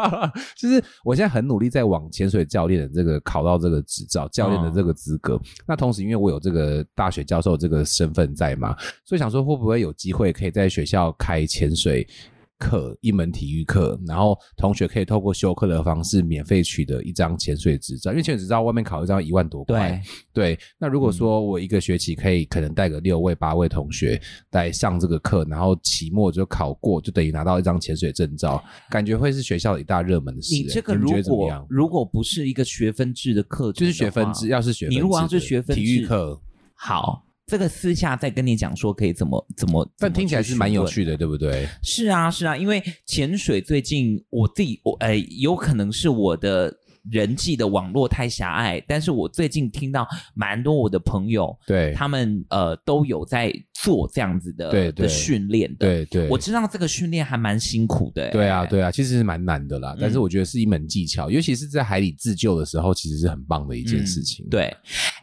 Speaker 5: 就是我现在很努力在往潜水教练的这个考到这个执照，教练的这个
Speaker 6: 哦
Speaker 5: 资格。那同时，因为我有这个大学教授这个身份在嘛，所以想说会不会有机会可以在学校开潜水。课一门体育课，然后同学可以透过修课的方式免费取得一张潜水执照，因为潜水执照外面考一张一万多块
Speaker 6: 对，，
Speaker 5: 对，那如果
Speaker 6: 嗯
Speaker 5: 说我一个学期可以可能带个六位八位同学来上这个课，然后期末就考过，就等于拿到一张潜水证照，感觉会是学校一大热门的事欸。
Speaker 6: 你这个
Speaker 5: 们
Speaker 6: 如
Speaker 5: 觉得怎么
Speaker 6: 果
Speaker 5: 样？
Speaker 6: 如果不是一个学分制的课程的话，
Speaker 5: 就是学分制，要是学分制的，
Speaker 6: 你如果要是学分
Speaker 5: 体育
Speaker 6: 制
Speaker 5: 课，
Speaker 6: 好，这个私下再跟你讲说可以怎么怎么，
Speaker 5: 但听起来是蛮有
Speaker 6: 的。
Speaker 5: 趣的，对不对？
Speaker 6: 是啊，是啊，因为潜水最近我自己我哎，有可能是我的人际的网络太狭隘，但是我最近听到蛮多我的朋友，
Speaker 5: 对，
Speaker 6: 他们呃都有在做这样子的
Speaker 5: 对对
Speaker 6: 的训练的。
Speaker 5: 对对，
Speaker 6: 我知道这个训练还蛮辛苦的、哎
Speaker 5: 对啊，对啊，其实是蛮难的啦，但是
Speaker 6: 嗯
Speaker 5: 我觉得是一门技巧，尤其是在海里自救的时候，其实是很棒的一件事情。
Speaker 6: 嗯对，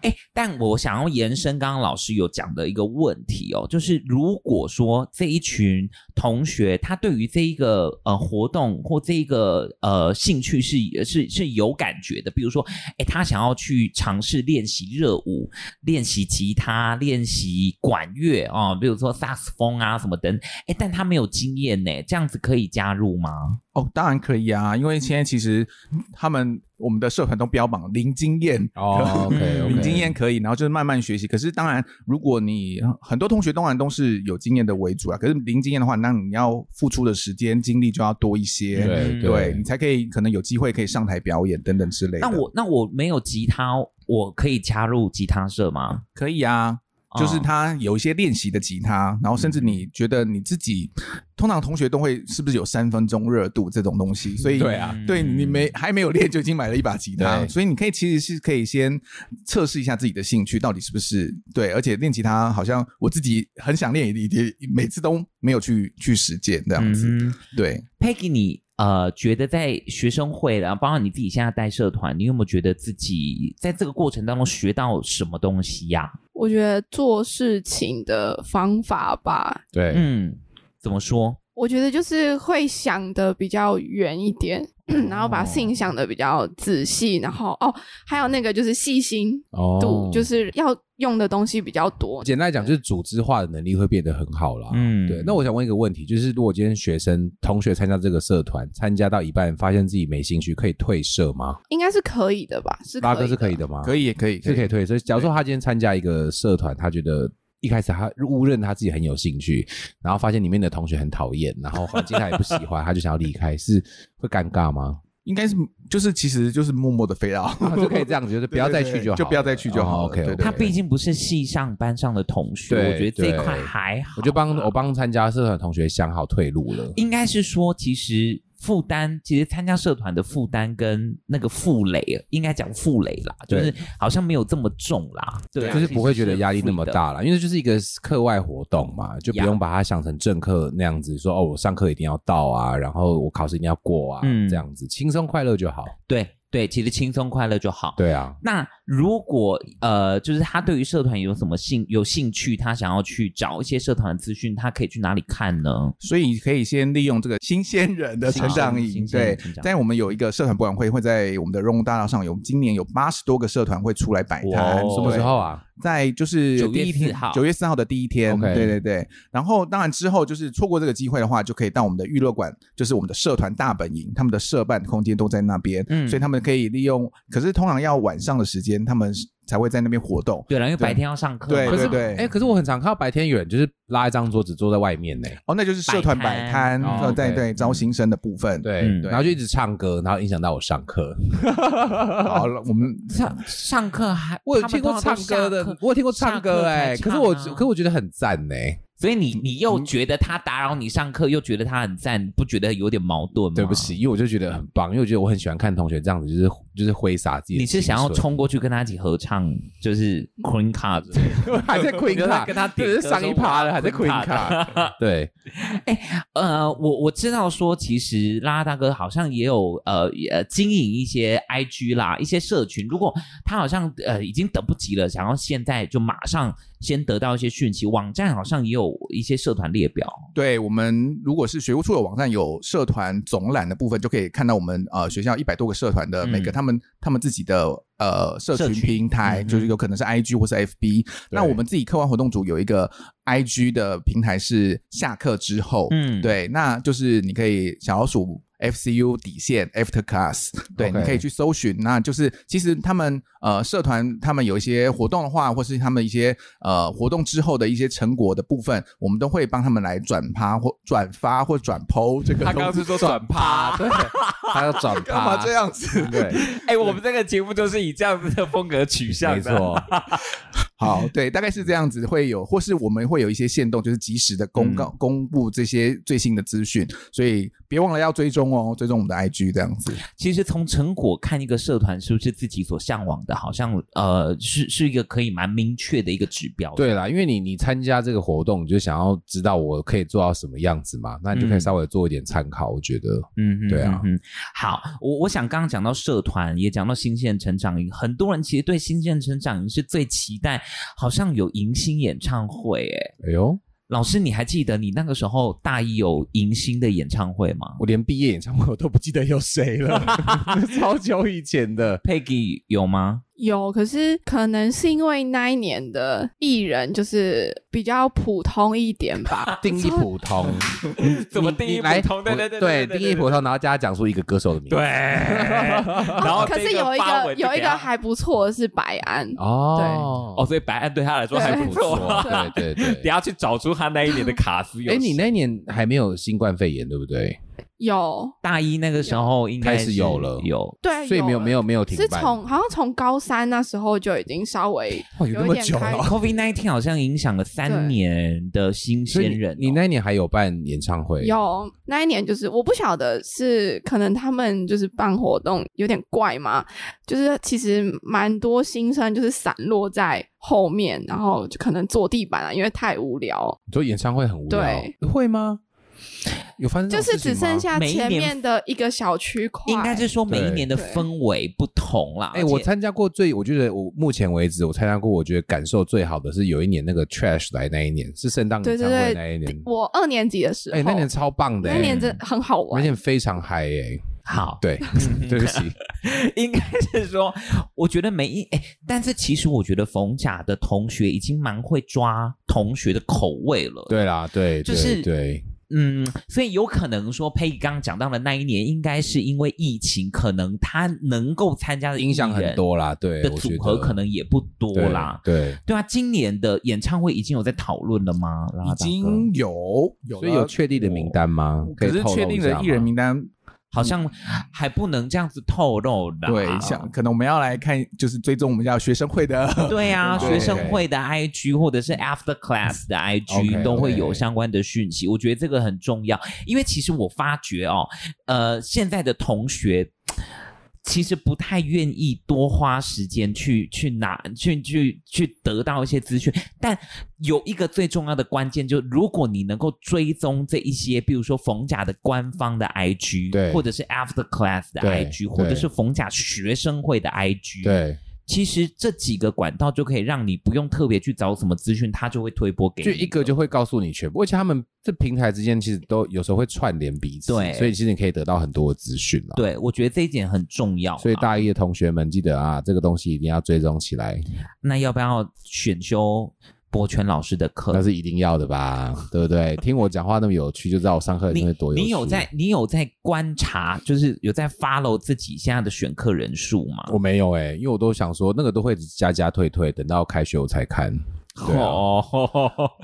Speaker 6: 哎，但我想要延伸刚刚老师有讲的一个问题哦，就是如果说这一群同学他对于这一个呃活动或这一个呃兴趣是是是有感觉的，比如说，哎，他想要去尝试练习热舞、练习吉他、练习管乐哦，比如说萨克斯风啊什么等，哎，但他没有经验呢，这样子可以加入吗？
Speaker 7: 哦，当然可以啊，因为现在其实他们我们的社团都标榜零经验。嗯
Speaker 5: 哦，OK，
Speaker 7: 零经验可以，然后就是慢慢学习。可是当然，如果你很多同学当然都是有经验的为主啊，可是零经验的话，那你要付出的时间精力就要多一
Speaker 6: 嗯
Speaker 7: 些，
Speaker 5: 对
Speaker 7: 对你才可以可能有机会可以上台表演等等之类的。
Speaker 6: 那我那我没有吉他，我可以加入吉他社吗？
Speaker 7: 可以啊，就是
Speaker 6: 哦
Speaker 7: 他有一些练习的吉他，然后甚至你觉得你自己，通常同学都会是不是有三分钟热度这种东西，所以
Speaker 5: 对啊
Speaker 7: 对你没还没有练就已经买了一把吉他，
Speaker 5: 对
Speaker 7: 所以你可以其实是可以先测试一下自己的兴趣到底是不是对，而且练吉他好像我自己很想练，也也也每次都没有去去实践这样子，
Speaker 6: 嗯哼
Speaker 7: 对。
Speaker 6: Peggy，你呃，觉得在学生会，然后包括你自己现在带社团，你有没有觉得自己在这个过程当中学到什么东西呀、
Speaker 8: 我觉得做事情的方法吧，
Speaker 5: 对，
Speaker 6: 嗯，怎么说？
Speaker 8: 我觉得就是会想的比较远一点， 然后
Speaker 5: 哦
Speaker 8: 把事情想的比较仔细，然后哦，还有那个就是细心
Speaker 5: 哦
Speaker 8: 度，就是要用的东西比较多。
Speaker 5: 简单来讲，就是组织化的能力会变得很好啦。
Speaker 6: 嗯
Speaker 5: 啊对。那我想问一个问题，就是如果今天学生同学参加这个社团，参加到一半发现自己没兴趣，可以退社吗？
Speaker 8: 应该是可以的吧？是
Speaker 5: 拉哥是可以
Speaker 8: 的。
Speaker 5: 的吗？
Speaker 7: 可
Speaker 5: 以，
Speaker 7: 以，可以，
Speaker 5: 啊是可以。退社。假如说他今天参加一个社团，他觉得。一开始他误认他自己很有兴趣，然后发现里面的同学很讨厌，然后环境他也不喜欢，他就想要离开，是会尴尬吗？
Speaker 7: 应该是就是其实就是默默的飞到，
Speaker 5: 啊就可以这样，就是不要再去
Speaker 7: 对对
Speaker 5: 就
Speaker 7: 对
Speaker 5: 好，
Speaker 7: 就不要再去就好了
Speaker 5: OK，
Speaker 7: 对对对
Speaker 6: 他毕竟不是系上班上的同学，
Speaker 5: 对
Speaker 6: 我觉得这一块
Speaker 5: 对
Speaker 6: 还好。
Speaker 5: 我就帮我哦帮参加社团的同学想好退路了。
Speaker 6: 应该是说，其实负担，其实参加社团的负担跟那个负累，应该讲负累啦，就
Speaker 5: 对
Speaker 6: 是好像没有这么重啦，对啊，
Speaker 5: 就是不会觉得压力那么大
Speaker 6: 了。
Speaker 5: 啦，因为这就是一个课外活动嘛，就不用把它想成正课那样子，说哦，我上课一定要到啊，然后我考试一定要过啊，
Speaker 6: 嗯
Speaker 5: 这样子轻松快乐就好。
Speaker 6: 对对，其实轻松快乐就好。
Speaker 5: 对啊，
Speaker 6: 那如果呃，就是他对于社团有什么兴有兴趣，他想要去找一些社团的资讯，他可以去哪里看呢？
Speaker 7: 所以可以先利用这个新鲜人
Speaker 5: 呃
Speaker 7: 的成长营
Speaker 6: 新，鲜人
Speaker 7: 对
Speaker 6: 成长营，
Speaker 7: 在我们有一个社团博览会，会在我们的荣大道上有，今年有八十多个社团会出来摆摊，
Speaker 6: 哇哦
Speaker 7: 哎对
Speaker 5: 什么时候啊？
Speaker 7: 在就是
Speaker 6: 9月
Speaker 7: 第一天
Speaker 6: 4号
Speaker 7: 九月四号的第一天
Speaker 5: OK
Speaker 7: 对对对。然后当然之后就是错过这个机会的话，就可以到我们的娱乐馆，就是我们的社团大本营，他们的社办空间都在那边，
Speaker 6: 嗯
Speaker 7: 所以他们可以利用。可是通常要晚上的时间，他们才会在那边活动。
Speaker 6: 对了，因为
Speaker 7: 对
Speaker 6: 白天要上课嘛，
Speaker 7: 对
Speaker 5: 可
Speaker 7: 对
Speaker 5: 是
Speaker 7: 对，
Speaker 5: 哎，可是我很常看到白天有人就是拉一张桌子坐在外面呢，
Speaker 7: 哦，那就是社团摆摊，
Speaker 6: 摆摊
Speaker 7: 呃
Speaker 5: 哦
Speaker 7: 对
Speaker 5: OK
Speaker 7: 对，招新生的部分。，
Speaker 5: 对，
Speaker 6: 嗯
Speaker 5: 然后就一直唱歌，然后影响到我上课。
Speaker 7: 好了，我们
Speaker 6: 上上课还
Speaker 5: 我有
Speaker 6: 他们
Speaker 5: 听过
Speaker 6: 通常
Speaker 5: 唱
Speaker 6: 都
Speaker 5: 歌
Speaker 6: 下
Speaker 5: 的
Speaker 6: 课，
Speaker 5: 我有听过唱歌哎，
Speaker 6: 下课
Speaker 5: 可
Speaker 6: 才
Speaker 5: 是我
Speaker 6: 唱
Speaker 5: 可
Speaker 6: 啊
Speaker 5: 是我嗯觉得很赞呢，
Speaker 6: 所以你你又觉得他打扰你上课，又觉得他很赞，不觉得有点矛盾吗？
Speaker 5: 对不，起，因为我就觉得很棒，因为我觉得我很喜欢看同学这样子，就是就是挥洒自己的
Speaker 6: 你
Speaker 5: 青春。
Speaker 6: 是想要冲过去跟他一起合唱，就是 Queen Card 之类的
Speaker 5: 还在 Queen 卡，
Speaker 6: 跟他点
Speaker 5: 这
Speaker 6: 歌
Speaker 5: 是上一趴了，还在 Queen 卡。对，
Speaker 6: 呃，我我知道说，其实拉拉大哥好像也有呃呃经营一些 IG 啦，一些社群。如果他好像呃已经等不及了，想要现在就马上先得到一些讯息，网站好像也有一些社团列表。
Speaker 7: 对我们如果是学务处的网站有社团总览的部分，就可以看到我们呃学校一百多个社团的每个
Speaker 6: 嗯
Speaker 7: 他们、他们自己的呃社
Speaker 6: 社
Speaker 7: 群
Speaker 6: 群
Speaker 7: 平台，
Speaker 6: 嗯哼
Speaker 7: 就是有可能是 IG 或是 FB。那我们自己课外活动组有一个 IG 的平台是下课之后，
Speaker 6: 嗯，
Speaker 7: 对，那就是你可以小老鼠 FCU 底线 After Class，对
Speaker 5: OK
Speaker 7: 你可以去搜寻。那就是其实他们呃社团他们有一些活动的话，或是他们一些呃活动之后的一些成果的部分，我们都会帮他们来转发或转发或转 PO 这个东西。
Speaker 5: 说转
Speaker 6: 啊
Speaker 5: 趴， 对，他要转
Speaker 7: 干嘛
Speaker 5: 趴
Speaker 7: 这，样子？
Speaker 5: 对，
Speaker 6: 哎、我们这个节目就是以这样子的风格取向
Speaker 5: 没错，
Speaker 7: 好，对，大概是这样子，会有，或是我们会有一些限动，就是及时的
Speaker 5: 嗯
Speaker 7: 公告、公布这些最新的资讯，所以别忘了要追踪哦，追踪我们的 IG 这样子。
Speaker 6: 其实从成果看一个社团是不是自己所向往的，好像呃是是一个可以蛮明确的一个指标。
Speaker 5: 对啦，因为你你参加这个活动，你就想要知道我可以做到什么样子嘛，那你就可以
Speaker 6: 嗯
Speaker 5: 稍微做一点参考，我觉得。
Speaker 6: 嗯哼，
Speaker 5: 对啊
Speaker 6: 嗯哼，好，我我想刚刚讲到社团，也讲到新鲜成长营，很多人其实对新鲜成长营是最期待，好像有迎新演唱会，哎，
Speaker 5: 哎呦，
Speaker 6: 老师你还记得你那个时候大一有迎新的演唱会吗
Speaker 5: 我连毕业演唱会我都不记得有谁了， 超久以前的。
Speaker 6: ？Peggy 有吗？
Speaker 8: 有，可是可能是因为那一年的艺人就是比较普通一点吧
Speaker 5: 。定义普通，
Speaker 6: 嗯怎么
Speaker 5: 你
Speaker 6: 定义
Speaker 5: 你来
Speaker 6: 普通对对对
Speaker 5: 对
Speaker 6: 对对
Speaker 5: 定义普通，然后加讲出一个歌手的名字。
Speaker 6: 然
Speaker 8: 哦可是有一个有一个还不错的是白安，
Speaker 5: 哦
Speaker 6: 哦，所以白安对他来说还不 错。
Speaker 5: 错，对对
Speaker 6: 等
Speaker 5: 对。
Speaker 6: 下去找出他那一年的卡司有。
Speaker 5: 哎，你那年还没有新冠肺炎，对不对？
Speaker 8: 有
Speaker 6: 大一那个时候应该
Speaker 5: 开始有了
Speaker 6: 有
Speaker 8: 对，
Speaker 5: 所以啊没有
Speaker 8: 了
Speaker 5: 没有没有停
Speaker 8: 是
Speaker 5: 办。
Speaker 8: 从好像从高三那时候就已经稍微
Speaker 5: 哇，
Speaker 8: 有
Speaker 5: 那么
Speaker 8: 一点
Speaker 5: 久
Speaker 8: 开
Speaker 5: 了，
Speaker 6: COVID nineteen 好像影响了三
Speaker 8: 对
Speaker 6: 年的新
Speaker 5: 所以
Speaker 6: 鲜人哦、
Speaker 5: 你你那年还有办演唱会？
Speaker 8: 有那一年就是我不晓得是可能他们就是办活动有点怪嘛，就是其实蛮多新生就是散落在后面，然后就可能坐地板啊，因为太无聊。
Speaker 5: 你说演唱会很无聊
Speaker 8: 对，
Speaker 5: 会吗？有发生这
Speaker 8: 就
Speaker 5: 种
Speaker 8: 是
Speaker 5: 事情
Speaker 8: 只
Speaker 5: 吗
Speaker 8: 剩下
Speaker 6: 每一
Speaker 8: 前
Speaker 6: 年
Speaker 8: 面的一个小区块，
Speaker 6: 应该是说每一
Speaker 5: 对
Speaker 6: 年的
Speaker 8: 对
Speaker 6: 氛围不同啦。
Speaker 5: 哎、
Speaker 6: 而且
Speaker 5: 我参加过最，我觉得我目前为止我参加过，我觉得感受最好的是有一年那个 Trash 来那一年，是圣诞演
Speaker 8: 对
Speaker 5: 唱
Speaker 8: 对
Speaker 5: 会
Speaker 8: 对
Speaker 5: 那一年，
Speaker 8: 我二年级的时
Speaker 5: 哎、
Speaker 8: 候，
Speaker 5: 那年超棒的、
Speaker 8: 那
Speaker 5: 欸，
Speaker 8: 年真的很好
Speaker 5: 而
Speaker 8: 玩，
Speaker 5: 且非常嗨耶、
Speaker 6: 好，
Speaker 5: 对，
Speaker 7: 嗯
Speaker 5: 对 不起，
Speaker 6: 应该是说，我觉得每一哎、但是其实我觉得逢甲的同学已经蛮会抓同学的口味了。
Speaker 5: 对啦，对，
Speaker 6: 就是
Speaker 5: 对
Speaker 6: 嗯，所以有可能说佩刚刚讲到的那一年，应该是因为疫情，可能他能够参加的
Speaker 5: 对，影响很多啦，对，
Speaker 6: 的
Speaker 5: 我
Speaker 6: 组
Speaker 5: 觉
Speaker 6: 合
Speaker 5: 得
Speaker 6: 可能也不多
Speaker 5: 对
Speaker 6: 啦。
Speaker 5: 对，
Speaker 6: 对啊，今年的演唱会已经有在讨论了吗？拉拉
Speaker 7: 已
Speaker 6: 大哥
Speaker 7: 经有有了，
Speaker 5: 所以有确定的名单吗？
Speaker 7: 可
Speaker 5: 以
Speaker 7: 是
Speaker 5: 透露
Speaker 7: 确定
Speaker 5: 一下
Speaker 7: 的艺人
Speaker 5: 吗
Speaker 7: 名单，
Speaker 6: 好像还不能这样子透露的。
Speaker 7: 对，像可能我们要来看，就是追踪我们家学生会的，
Speaker 6: 对啊，
Speaker 5: 对嗯
Speaker 6: 学生会的 IG 或者是 After Class 的
Speaker 5: OK，OK
Speaker 6: IG 都会有相关的讯息。我觉得这个很重要，因为其实我发觉哦，呃，现在的同学。其实不太愿意多花时间去去拿去去去得到一些资讯，但有一个最重要的关键，就如果你能够追踪这一些，比如说冯甲的官方的 IG，
Speaker 5: 对
Speaker 6: 或者是 After Class 的
Speaker 5: 对
Speaker 6: IG，或者
Speaker 5: 对
Speaker 6: 是冯甲学生会的 IG，
Speaker 5: 对，
Speaker 6: 其实这几个管道就可以让你不用特别去找什么资讯，它就会推播给你
Speaker 5: 就
Speaker 6: 了。
Speaker 5: 一个就会告诉你全部，而且他们这平台之间其实都有时候会串联彼此，
Speaker 6: 对
Speaker 5: 所以其实你可以得到很多的资讯啦。，
Speaker 6: 对，我觉得这一点很重要啊。
Speaker 5: 所以大一的同学们记得啊，这个东西一定要追踪起来，
Speaker 6: 那要不要选修博全老师的课？
Speaker 5: 那是一定要的吧，对不对？听我讲话那么有趣，就知道我上课一
Speaker 6: 你
Speaker 5: 定会多趣。
Speaker 6: 你有在？你有在观察，就是有在 follow 自己现在的选课人数吗？
Speaker 5: 我没有哎、因为我都想说那个都会加加退退，等到开学我才看。对啊
Speaker 6: 哦，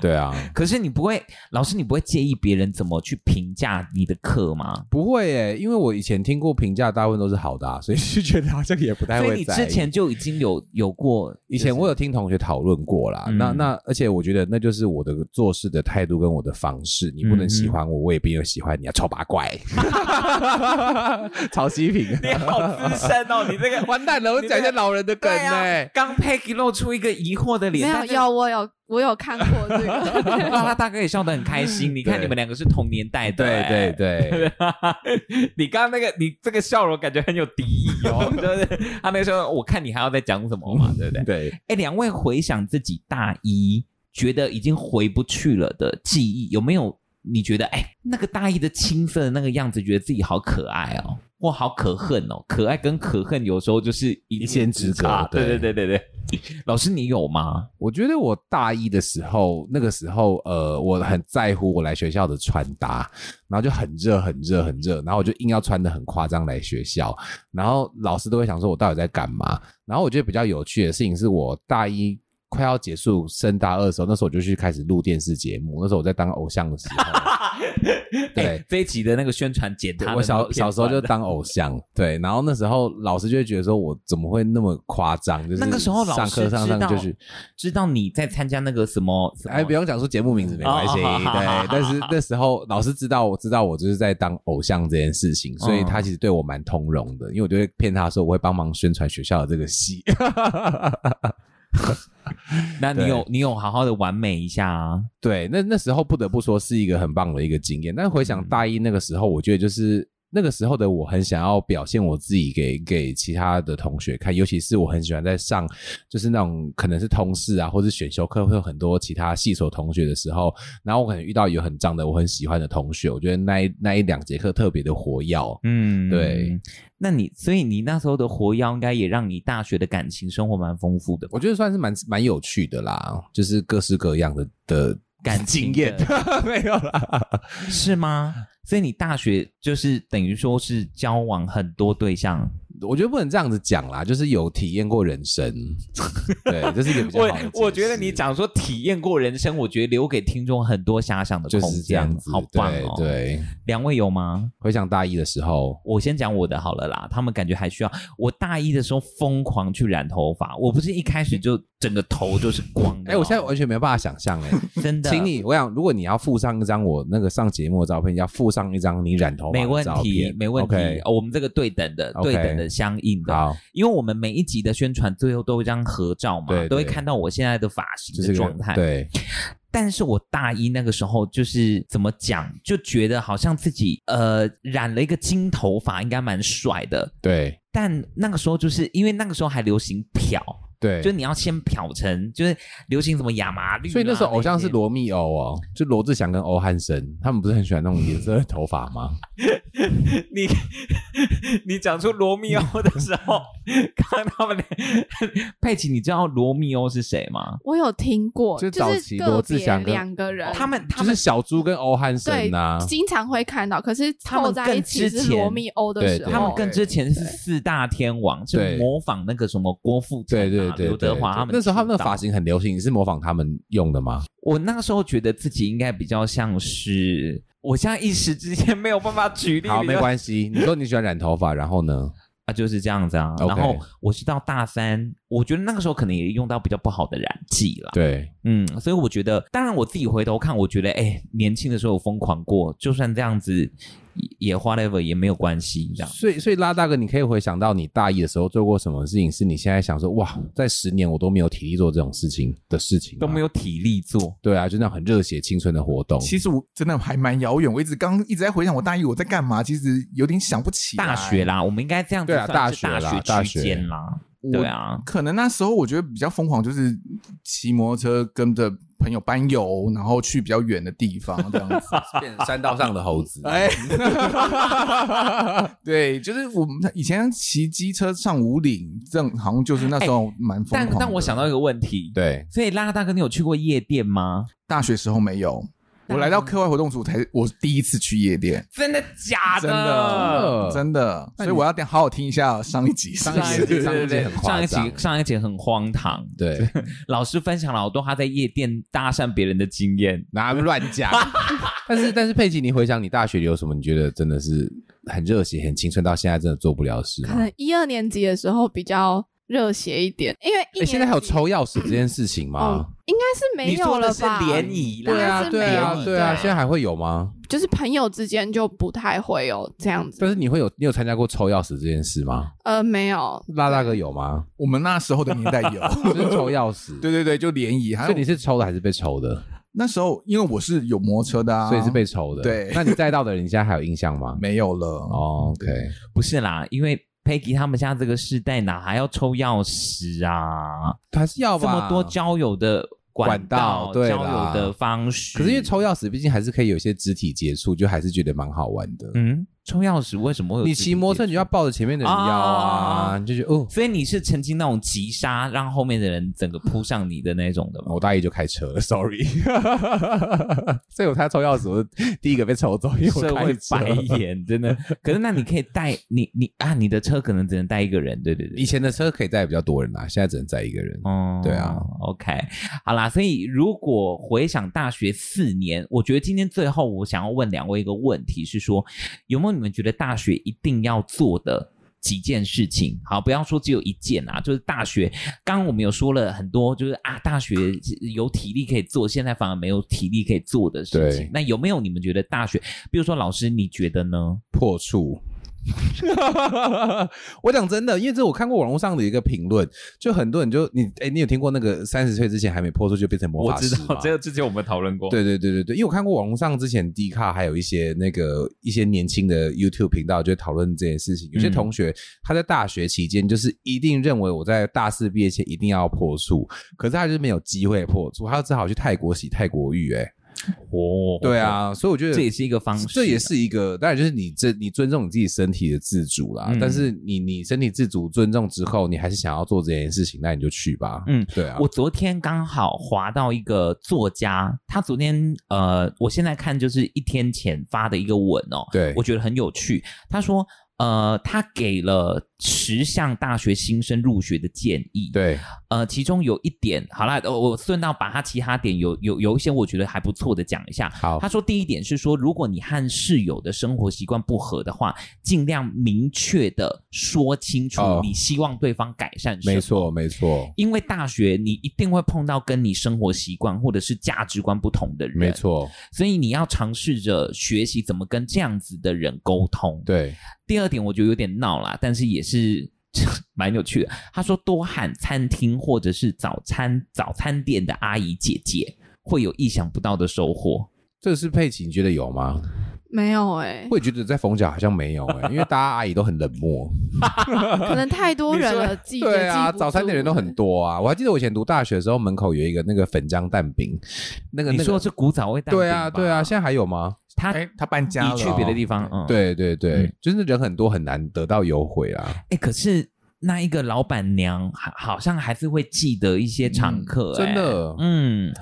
Speaker 5: 对啊，
Speaker 6: 可是你不会，老师你不会介意别人怎么去评价你的课吗？
Speaker 5: 不会哎、因为我以前听过评价，大部分都是好的、啊，所以就觉得好像也不太
Speaker 6: 所以
Speaker 5: 会
Speaker 6: 你
Speaker 5: 在意。
Speaker 6: 之前就已经有有过，
Speaker 5: 以前我有听同学讨论过啦，
Speaker 6: 嗯
Speaker 5: 那那而且我觉得那就是我的做事的态度跟我的方式，你不能
Speaker 6: 嗯
Speaker 5: 喜欢我，我也不一定会喜欢你啊，超八 怪，曹希平，
Speaker 6: 你 好资深哦，你这个
Speaker 5: 完蛋了，我讲一些老人的梗
Speaker 6: 对
Speaker 5: 呢、
Speaker 6: 啊，刚 Peggy 露出一个疑惑的脸，
Speaker 8: 没有
Speaker 6: 但是
Speaker 8: 有我有我有看过这 个，
Speaker 6: 拉拉大哥也笑得很开心。你看
Speaker 5: 对
Speaker 6: 你们两个是同年代的、
Speaker 5: 对对
Speaker 6: 欸，
Speaker 5: 对，
Speaker 6: 对。 你刚刚那个，你这个笑容感觉很有敌意 哦，就是他那时候，我看你还要再讲什么嘛，对不对？
Speaker 5: 对，
Speaker 6: 哎，两位回想自己大一，觉得已经回不去了的记忆，有没有？你觉得，哎，那个大一的青涩的那个样子，觉得自己好可爱哦，或好可恨哦。可爱跟可恨有时候就是一
Speaker 5: 一线之隔
Speaker 6: 差对
Speaker 5: 对
Speaker 6: 对对对对。 老师，你有吗？
Speaker 5: 我觉得我大一的时候，那个时候呃，我很在乎我来学校的穿搭，然后就很热很热很热，然后我就硬要穿的很夸张来学校，然后老师都会想说我到底在干嘛。然后我觉得比较有趣的事情是我大一。快要结束升大二的时候，那时候我就去开始录电视节目。那时候我在当偶像的 时候，对
Speaker 6: 哎这一集的那个宣传剪他的
Speaker 5: 我
Speaker 6: 那
Speaker 5: 小
Speaker 6: 个片
Speaker 5: 小时候就
Speaker 6: 段
Speaker 5: 当偶像，对。然后那时候老师就会觉得说，我怎么会那么夸张？就是
Speaker 6: 那个时候老
Speaker 5: 上
Speaker 6: 师
Speaker 5: 课上
Speaker 6: 知
Speaker 5: 上
Speaker 6: 道
Speaker 5: 就是
Speaker 6: 知道你在参加那个什么什么，
Speaker 5: 哎，不用讲出节目名字没关系，
Speaker 6: 哦好好好好
Speaker 5: 对。但是那时候老师知道，我知道我就是在当偶像这件事情，所以
Speaker 6: 嗯
Speaker 5: 他其实对我蛮通融的，因为我就会骗他说我会帮忙宣传学校的这个戏。
Speaker 6: 那你
Speaker 5: 对
Speaker 6: 有你有好好的完美一下啊，
Speaker 5: 对，那那时候不得不说是一个很棒的一个经验。但是回
Speaker 6: 嗯
Speaker 5: 想大一那个时候，我觉得就是。那个时候的我很想要表现我自己给给其他的同学看，尤其是我很喜欢在上就是那种可能是通识啊，或是选修课会有很多其他系所同学的时候，然后我可能遇到有很长的我很喜欢的同学，我觉得那一那一两节课特别的活跃。
Speaker 6: 嗯
Speaker 5: 对。
Speaker 6: 那你所以你那时候的活跃，应该也让你大学的感情生活蛮丰富的吧
Speaker 5: 我觉得算是蛮蛮有趣的啦，就是各式各样的的
Speaker 6: 感
Speaker 5: 经
Speaker 6: 情的
Speaker 5: 验， 没有啦。
Speaker 6: 是吗？所以你大学就是等于说是交往很多对象，
Speaker 5: 我觉得不能这样子讲啦，就是有体验过人生，对，这是一个比较好的解释
Speaker 6: 讲说体验过人生，我觉得留给听众很多遐想的
Speaker 5: 就是这样子，
Speaker 6: 好棒哦！
Speaker 5: 对，对，
Speaker 6: 两位有吗？
Speaker 5: 回想大一的时 候，
Speaker 6: 我先讲我的好了啦，他们感觉还需要。我大一的时候疯狂去染头发，我不是一开始就整个头就是光的哦。
Speaker 5: 哎、我现在完全没有办法想象哎、
Speaker 6: 真的，
Speaker 5: 请你，我想，如果你要附上一张我那个上节目的照片，要附上一张你染头发
Speaker 6: 没
Speaker 5: 的
Speaker 6: 问
Speaker 5: 照
Speaker 6: 题
Speaker 5: 片，
Speaker 6: 没问题
Speaker 5: OK，
Speaker 6: 哦我们这个对等的
Speaker 5: OK
Speaker 6: 对等的相应的，
Speaker 5: 好，
Speaker 6: 因为我们每一集的宣传最后都会一张合照嘛，
Speaker 5: 对对
Speaker 6: 都会看到我现在的发型
Speaker 5: 就
Speaker 6: 的
Speaker 5: 是
Speaker 6: 状态。，
Speaker 5: 对，
Speaker 6: 但是我大一那个时候就是怎么讲，就觉得好像自己呃染了一个金头发，应该蛮帅的。
Speaker 5: 对，
Speaker 6: 但那个时候就是因为那个时候还流行漂，
Speaker 5: 对，
Speaker 6: 就是你要先漂成，就是流行什么亚麻绿啊、
Speaker 5: 所以那时候偶像是
Speaker 6: 些
Speaker 5: 罗密欧哦，就罗志祥跟欧汉声，他们不是很喜欢那种颜色的头发吗？
Speaker 6: 你你讲出罗密欧的时候，看他们的 佩奇，你知道罗密欧是谁吗？
Speaker 8: 我有听过，
Speaker 5: 就
Speaker 8: 就
Speaker 5: 早期
Speaker 8: 是
Speaker 5: 罗
Speaker 8: 个
Speaker 5: 志
Speaker 8: 别
Speaker 5: 祥跟哦
Speaker 8: 两个人，
Speaker 6: 他们 他
Speaker 5: 就是
Speaker 6: 们
Speaker 5: 小猪跟欧汉
Speaker 8: 对
Speaker 5: 声呐，
Speaker 8: 经常会看到，可是
Speaker 6: 他们
Speaker 8: 凑在一起
Speaker 6: 更之
Speaker 8: 是
Speaker 6: 前
Speaker 8: 罗密欧的
Speaker 5: 对
Speaker 8: 时
Speaker 5: 对
Speaker 6: 他们
Speaker 8: 候，
Speaker 6: 更之前是四大天王，
Speaker 5: 对
Speaker 6: 是模仿那个什么郭富城、啊、
Speaker 5: 对对对，
Speaker 6: 刘
Speaker 5: 对
Speaker 6: 德华
Speaker 5: 对
Speaker 6: 他们。
Speaker 5: 那时候他们的发，型很流行，你是模仿他们用的吗？
Speaker 6: 我那时候觉得自己应该比较像是，我现在一时之间没有办法举 例。
Speaker 5: 好，没关系。你说你喜欢染头发，然后呢？
Speaker 6: 啊，就是这样子啊。
Speaker 5: OK
Speaker 6: 然后我是到大三，我觉得那个时候可能也用到比较不好的染剂啦。
Speaker 5: 对，
Speaker 6: 嗯，所以我觉得，当然我自己回头看，我觉得，哎、年轻的时候有疯狂过，就算这样子也也 whatever 也没有关系，这样。
Speaker 5: 所以所以拉大哥，你可以回想到你大一的时候做过什么事情，是你现在想说哇，在十年我都没有体力做这种事情的事情，
Speaker 6: 都没。有体力做，
Speaker 5: 对啊，就那种很热血青春的活动。
Speaker 7: 其实我真的还蛮遥远，我一直刚一直在回想我大一我在干嘛，其实有点想不起来
Speaker 6: 大学啦，我们应该这样子
Speaker 5: 对啊
Speaker 6: 算是
Speaker 5: 大学啦
Speaker 6: 大学区间啦，
Speaker 7: 我
Speaker 6: 对啊，
Speaker 7: 可能那时候我觉得比较疯狂，就是骑摩托车跟着朋友班游，然后去比较远的地方这 样子。
Speaker 5: 变成山道上的猴子
Speaker 7: 哎， 对，就是我们以前骑机车上五岭，这样好像就是那时候蛮疯狂
Speaker 6: 哎但
Speaker 7: 的、
Speaker 6: 但我想到一个问题，，
Speaker 5: 对，
Speaker 6: 所以拉拉大哥，你有去过夜店吗？
Speaker 7: 大学时候没有，我来到课外活动组才我第一次去夜店，
Speaker 6: 真的假
Speaker 7: 真的
Speaker 5: 啊真的
Speaker 7: 真的，所以我要得好好听一下上一集，上
Speaker 5: 一集
Speaker 6: 对
Speaker 5: 上
Speaker 6: 对
Speaker 5: 一集
Speaker 6: 对
Speaker 5: 很夸
Speaker 6: 上一集
Speaker 5: 张
Speaker 6: 上一集很荒唐，
Speaker 5: 对，
Speaker 6: 老师分享了好多他在夜店搭讪别人的经验，
Speaker 5: 拿乱讲。 但是但是佩奇，你回想你大学有什么你觉得真的是很热血、很青春，到现在真的做不了的事
Speaker 8: 可
Speaker 5: 吗？
Speaker 8: 能一二年级的时候比较热血一点，因为一
Speaker 5: 哎，
Speaker 8: 年
Speaker 5: 现在还有
Speaker 8: 级
Speaker 5: 抽啊钥匙这件事情吗
Speaker 8: 哦？，应该是没
Speaker 6: 你说
Speaker 8: 有了
Speaker 6: 的是
Speaker 8: 吧？
Speaker 6: 联谊啦，
Speaker 8: 对
Speaker 5: 对啊，
Speaker 8: 啊应该是
Speaker 5: 对
Speaker 8: 没有
Speaker 5: 啊，对啊，现在还会有吗？
Speaker 8: 就是朋友之间就不太会有这样子。
Speaker 5: 但是你会有，你有参加过抽钥匙这件事吗？
Speaker 8: 呃，没有，
Speaker 5: 拉大哥有吗？
Speaker 7: 我们那时候的年代有，
Speaker 5: 就是抽钥匙，
Speaker 7: 对对对，就联谊，还
Speaker 5: 所以
Speaker 7: 有啊
Speaker 5: 你是抽的还是被抽的？
Speaker 7: 那时候因为我是有摩托车的啊，
Speaker 5: 所以是被抽的。
Speaker 7: 对
Speaker 5: 那你载到的人，你现在还有印象吗？
Speaker 7: 没有了
Speaker 5: 哦，OK，
Speaker 6: 不是啦，因为 Peggy 他们现在这个世代哪还要抽钥匙啊？
Speaker 5: 还是要
Speaker 6: 这
Speaker 5: 吧。
Speaker 6: 么多交友的管
Speaker 5: 管道对啦
Speaker 6: 交友的方式，
Speaker 5: 可是因为抽钥匙，毕竟还是可以有一些肢体接触，就还是觉得蛮好玩的。
Speaker 6: 嗯抽钥匙为什么会有
Speaker 5: 你骑摩托车，你就要抱着前面的人腰
Speaker 6: 啊
Speaker 5: 啊，你就觉得哦
Speaker 6: 自己的接触？，所以你是曾经那种急刹，让后面的人整个扑上你的那 种的吗？
Speaker 5: 我大一就开车了，sorry。所以我他抽钥匙，我是第一个被抽走，因为
Speaker 6: 社
Speaker 5: 我开
Speaker 6: 会
Speaker 5: 车
Speaker 6: 白。眼，哎真的。可是那你可以带你你啊，你的车可能只能带一个人，对对对
Speaker 5: 以。前的车可以载比较多人啦，现在只能载一个人。
Speaker 6: 哦
Speaker 5: 对啊
Speaker 6: ，OK，好啦，所以如果回想大学四年，我觉得今天最后我想要问两位一个问题是说，有没有你们觉得大学一定要做的几件事情？好，不要说只有一件啊，就是大学，刚刚我们有说了很多，就是啊，大学有体力可以做，现在反而没有体力可以做的事情
Speaker 5: 对。
Speaker 6: 那有没有你们觉得大学，比如说老师，你觉得呢？
Speaker 5: 破处。 我讲真的，因为这我看过网络上的一个评论，就很多人就你哎、你有听过那个三十岁之前还没破处就变成魔法师吗？
Speaker 6: 个之前我们讨论过
Speaker 5: 对对对对对，因为我看过网络上之前 D 卡还有一些那个一些年轻的 YouTube 频道就讨论这件事情，有些
Speaker 6: 嗯
Speaker 5: 同学他在大学期间就是一定认为我在大四毕业前一定要破处，可是他就是没有机会破处，他只好去泰国洗泰国浴、哎，
Speaker 6: 哦，
Speaker 5: 对，啊，所以我觉得
Speaker 6: 这也是一个方式啊
Speaker 5: 这也是一个，当然就是你这你尊重你自己身体的自主啦。
Speaker 6: 嗯
Speaker 5: 但是你你身体自主尊重之后，你还是想要做这件事情，那你就去吧。
Speaker 6: 嗯，
Speaker 5: 对啊，
Speaker 6: 我昨天刚好滑到一个作家，他昨天呃，我现在看就是一天前发的一个文哦，
Speaker 5: 对
Speaker 6: 我觉得很有趣。他说，呃，他给了十项大学新生入学的建议。，
Speaker 5: 对，
Speaker 6: 呃，其中有一点，好啦，呃我顺道把他其他点有有有一些我觉得还不错的讲一下。
Speaker 5: 好
Speaker 6: 他，说第一点是说，如果你和室友的生活习惯不合的话，尽量明确的说清楚
Speaker 5: 哦
Speaker 6: 你希望对方改善什么。
Speaker 5: 没错，没错，
Speaker 6: 因为大学你一定会碰到跟你生活习惯或者是价值观不同的人，
Speaker 5: 没，错，
Speaker 6: 所以你要尝试着学习怎么跟这样子的人沟通。，
Speaker 5: 对，
Speaker 6: 第二点我觉得有点闹啦，但是也是 蛮有趣的。他说多喊餐厅或者是早餐早餐店的阿姨姐姐，会有意想不到的收获。
Speaker 5: 这是佩奇，你觉得有吗？
Speaker 8: 没有 哎、
Speaker 5: 我也觉得在逢甲好像没有哎、因为大家阿姨都很冷漠。
Speaker 8: 可能太多人了，记
Speaker 5: 对啊，
Speaker 8: 也记不
Speaker 5: 早餐店人都很
Speaker 8: 住。
Speaker 5: 多啊。我还记得我以前读大学的时候，门口有一个那个粉浆蛋饼，那个
Speaker 6: 你
Speaker 5: 那
Speaker 6: 说
Speaker 5: 个
Speaker 6: 的是古早味蛋饼吧？
Speaker 5: 对啊对啊，现在还有吗？
Speaker 6: 他
Speaker 7: 哎，他搬家了，
Speaker 6: 你去别的地方，嗯，
Speaker 5: 对对对，
Speaker 6: 嗯
Speaker 5: 就是人很多，很难得到优惠啊。
Speaker 6: 哎、可是那一个老板娘好好像还是会记得一些常客、
Speaker 5: 嗯真的
Speaker 6: 哎嗯，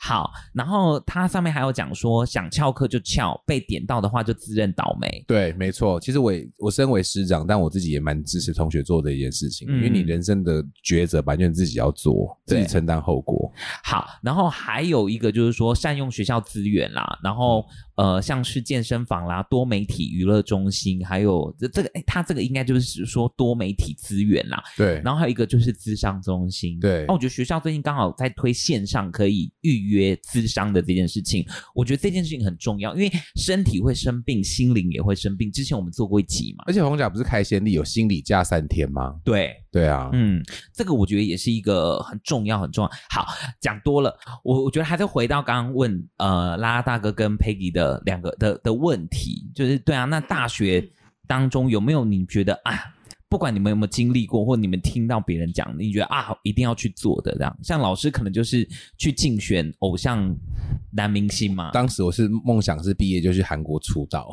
Speaker 6: 好。然后他上面还有讲说，想翘课就翘，被点到的话就自认倒霉。
Speaker 5: 对，没错。其实我也我身为师长，但我自己也蛮支持同学做的一件事情，
Speaker 6: 嗯
Speaker 5: 因为你人生的抉择，完全自己要做，自
Speaker 6: 对
Speaker 5: 己承担后果。
Speaker 6: 好，然后还有一个就是说，善用学校资源啦，然后
Speaker 5: 嗯
Speaker 6: 呃，像是健身房啦、多媒体娱乐中心，还有这这个，哎、他这个应该就是说多媒体资源啦，
Speaker 5: 对，
Speaker 6: 然后还有一个就是咨商中心。
Speaker 5: 对
Speaker 6: 那、
Speaker 7: 哦
Speaker 6: 我觉得学校最近刚好在推线上可以预约咨商的这件事情，我觉得这件事情很重要，因为身体会生病，心灵也会生病。之前我们做过一集嘛。
Speaker 5: 而且红甲不是开先例有心理假三天吗？
Speaker 6: 对，
Speaker 5: 对啊，
Speaker 6: 嗯，这个我觉得也是一个很重要、很重要。好，讲多了，我我觉得还是回到刚刚问呃拉拉大哥跟 Peggy 的两个的的问题，就是对啊，那大学当中有没有你觉得啊，不管你们有没有经历过，或你们听到别人讲，你觉得啊一定要去做的这样？像老师可能就是去竞选偶像男明星嘛，
Speaker 5: 当时我是梦想是毕业就去韩国出道，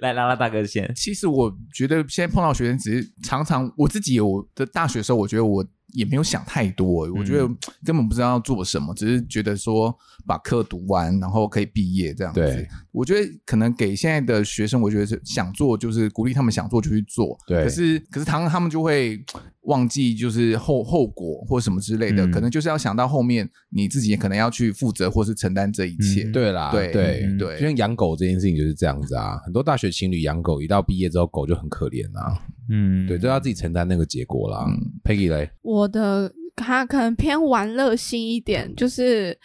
Speaker 6: 来拉拉大哥先，
Speaker 7: 其实我觉得现在碰到学生，只是常常我自己有的大学的时候，我觉得我也没有想太多，我觉得根本不知道要做什么，只是觉得说把课读完，然后可以毕业这样子
Speaker 5: 对。
Speaker 7: 我觉得可能给现在的学生，我觉得是想做就是鼓励他们想做就去做，
Speaker 5: 对
Speaker 7: 可是可是常常他们就会忘记就是后后果或什么之类的，
Speaker 6: 嗯
Speaker 7: 可能就是要想到后面你自己也可能要去负责或是承担这一切。
Speaker 5: 啊
Speaker 6: 嗯
Speaker 5: 对啦，
Speaker 7: 对
Speaker 5: 对
Speaker 7: 嗯
Speaker 5: 就像养狗这件事情就是这样子啊，很多大学情侣养狗，一到毕业之后狗就很可怜啊，
Speaker 6: 嗯
Speaker 5: 对，都要自己承担那个结果啦。Peggy 嘞，
Speaker 8: 我的他可能偏玩乐心一点，就是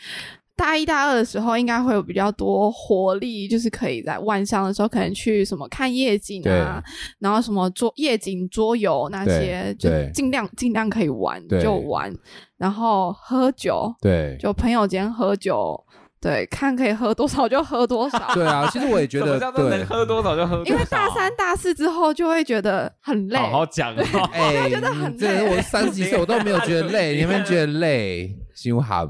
Speaker 8: 大一大二的时候应该会有比较多活力，就是可以在晚上的时候可能去什么看夜景啊，然后什么桌夜景桌游那些，就
Speaker 5: 对对
Speaker 8: 尽量尽量可以玩
Speaker 5: 对
Speaker 8: 就玩，然后喝酒，
Speaker 5: 对，
Speaker 8: 就朋友间喝酒，对，看可以喝多少就喝多少，
Speaker 5: 对啊，其实我也觉得
Speaker 6: 什么叫做
Speaker 5: 对
Speaker 6: 能，喝多少就喝多少，
Speaker 8: 因为大三大四之后就会觉得很累，
Speaker 6: 好好讲、 哦。
Speaker 5: 哎，
Speaker 8: 觉得很
Speaker 5: 这
Speaker 8: 累
Speaker 5: 我三十几岁我都没有觉得累，你们觉得累？心寒，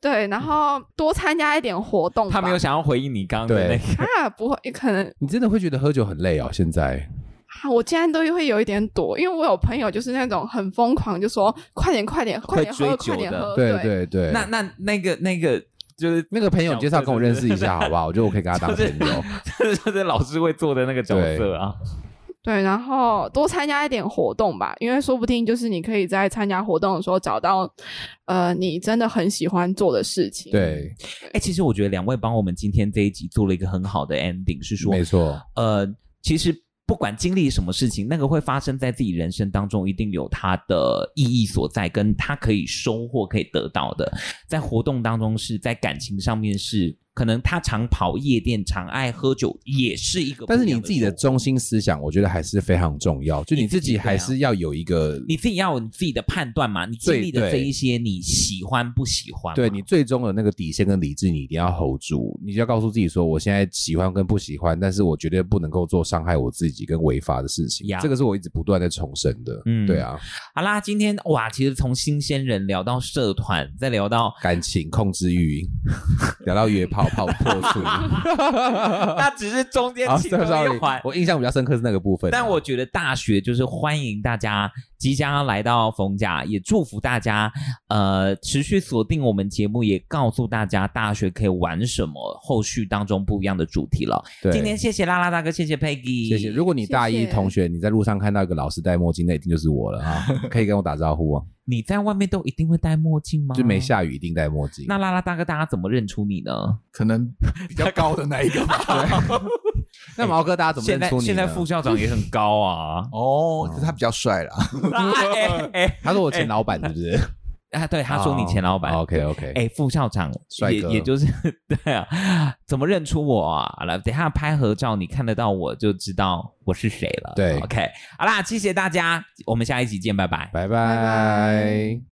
Speaker 8: 对，然后多参加一点活动 吧。
Speaker 6: 他没有想要回应你刚刚的那
Speaker 5: 对
Speaker 6: 个，
Speaker 8: 啊，不会，可能
Speaker 5: 你真的会觉得喝酒很累哦？现在
Speaker 8: 啊，我竟然都会有一点躲，因为我有朋友就是那种很疯狂，就说快点快点快
Speaker 6: 会
Speaker 8: 点喝
Speaker 6: 追
Speaker 8: 快
Speaker 6: 酒
Speaker 8: 点
Speaker 6: 的
Speaker 8: 喝，
Speaker 5: 对对对，
Speaker 6: 那那那个那个就是
Speaker 5: 那个朋友介绍跟我认识一下好 不好？我觉得我可以跟他当
Speaker 6: 就
Speaker 5: 朋
Speaker 6: 是
Speaker 5: 友。
Speaker 6: 就是老师会做的那个角色啊，
Speaker 8: 对，然后多参加一点活动吧，因为说不定就是你可以在参加活动的时候找到，呃，你真的很喜欢做的事情。，
Speaker 5: 对，
Speaker 6: 哎、其实我觉得两位帮我们今天这一集做了一个很好的 ending，是说
Speaker 5: 没错，
Speaker 6: 呃，其实不管经历什么事情，那个会发生在自己人生当中，一定有它的意义所在，跟它可以收获、可以得到的。在活动当中是，在感情上面是，可能他常跑夜店、常爱喝酒，也是一个不一样收获。
Speaker 5: 但是你自己的中心思想，我觉得还是非常重要。就你自己还是要有一个，
Speaker 6: 你自己要有你自己的判断嘛，你经历的
Speaker 5: 对
Speaker 6: 这
Speaker 5: 对
Speaker 6: 一些，你喜欢不喜欢嘛？
Speaker 5: 对你最终的那个底线跟理智，你一定要 hold 住。你就要告诉自己说，我现在喜欢跟不喜欢，但是我绝对不能够做伤害我自己跟违法的事情
Speaker 6: 呀。
Speaker 5: 这个是我一直不断在重申的。
Speaker 6: 嗯
Speaker 5: 对啊，
Speaker 6: 好啦，今天哇，其实从新鲜人聊到社团，再聊到
Speaker 5: 感情控制 欲，聊到约炮炮破处。
Speaker 6: 那只是中间
Speaker 5: 啊
Speaker 6: 其中一
Speaker 5: ，sorry，
Speaker 6: 环。
Speaker 5: 我印象比较深刻是那个部分啊。
Speaker 6: 但我觉得大学就是欢迎大家即将要来到逢甲，也祝福大家呃持续锁定我们节目，也告诉大家大学可以玩什么，后续当中不一样的主题了。
Speaker 5: 对，
Speaker 6: 今天谢谢拉拉大哥，谢谢 Peggy，
Speaker 5: 谢谢。如果你大一
Speaker 8: 谢谢
Speaker 5: 同学你在路上看到一个老师戴墨镜，那一定就是我了啊！ 可以跟我打招呼啊，
Speaker 6: 你在外面都一定会戴墨镜吗？
Speaker 5: 就没。下雨一定戴墨镜。
Speaker 6: 那拉拉大哥，大家怎么认出你呢？
Speaker 7: 可能 比较高的那一 个吧。对，。
Speaker 5: 那毛哥大家怎么
Speaker 6: 现
Speaker 5: 认
Speaker 6: 在
Speaker 5: 出你呢？
Speaker 6: 现在副校长也很高啊
Speaker 7: 哦，可是他比较帅啦。
Speaker 6: 哎哎
Speaker 5: 他说我前老板是不是？哦
Speaker 6: 啊，对，他说你前老板。
Speaker 5: OK OK，
Speaker 6: 哎、副校长
Speaker 5: 帅
Speaker 6: 也
Speaker 5: 哥
Speaker 6: 也就是 对啊，怎么认出我啊？来，等一下拍合照，你看得到我就知道我是谁了。
Speaker 5: 对
Speaker 6: ，OK，好啦，谢谢大家，我们下一集见，拜拜。
Speaker 5: 拜拜。
Speaker 8: 拜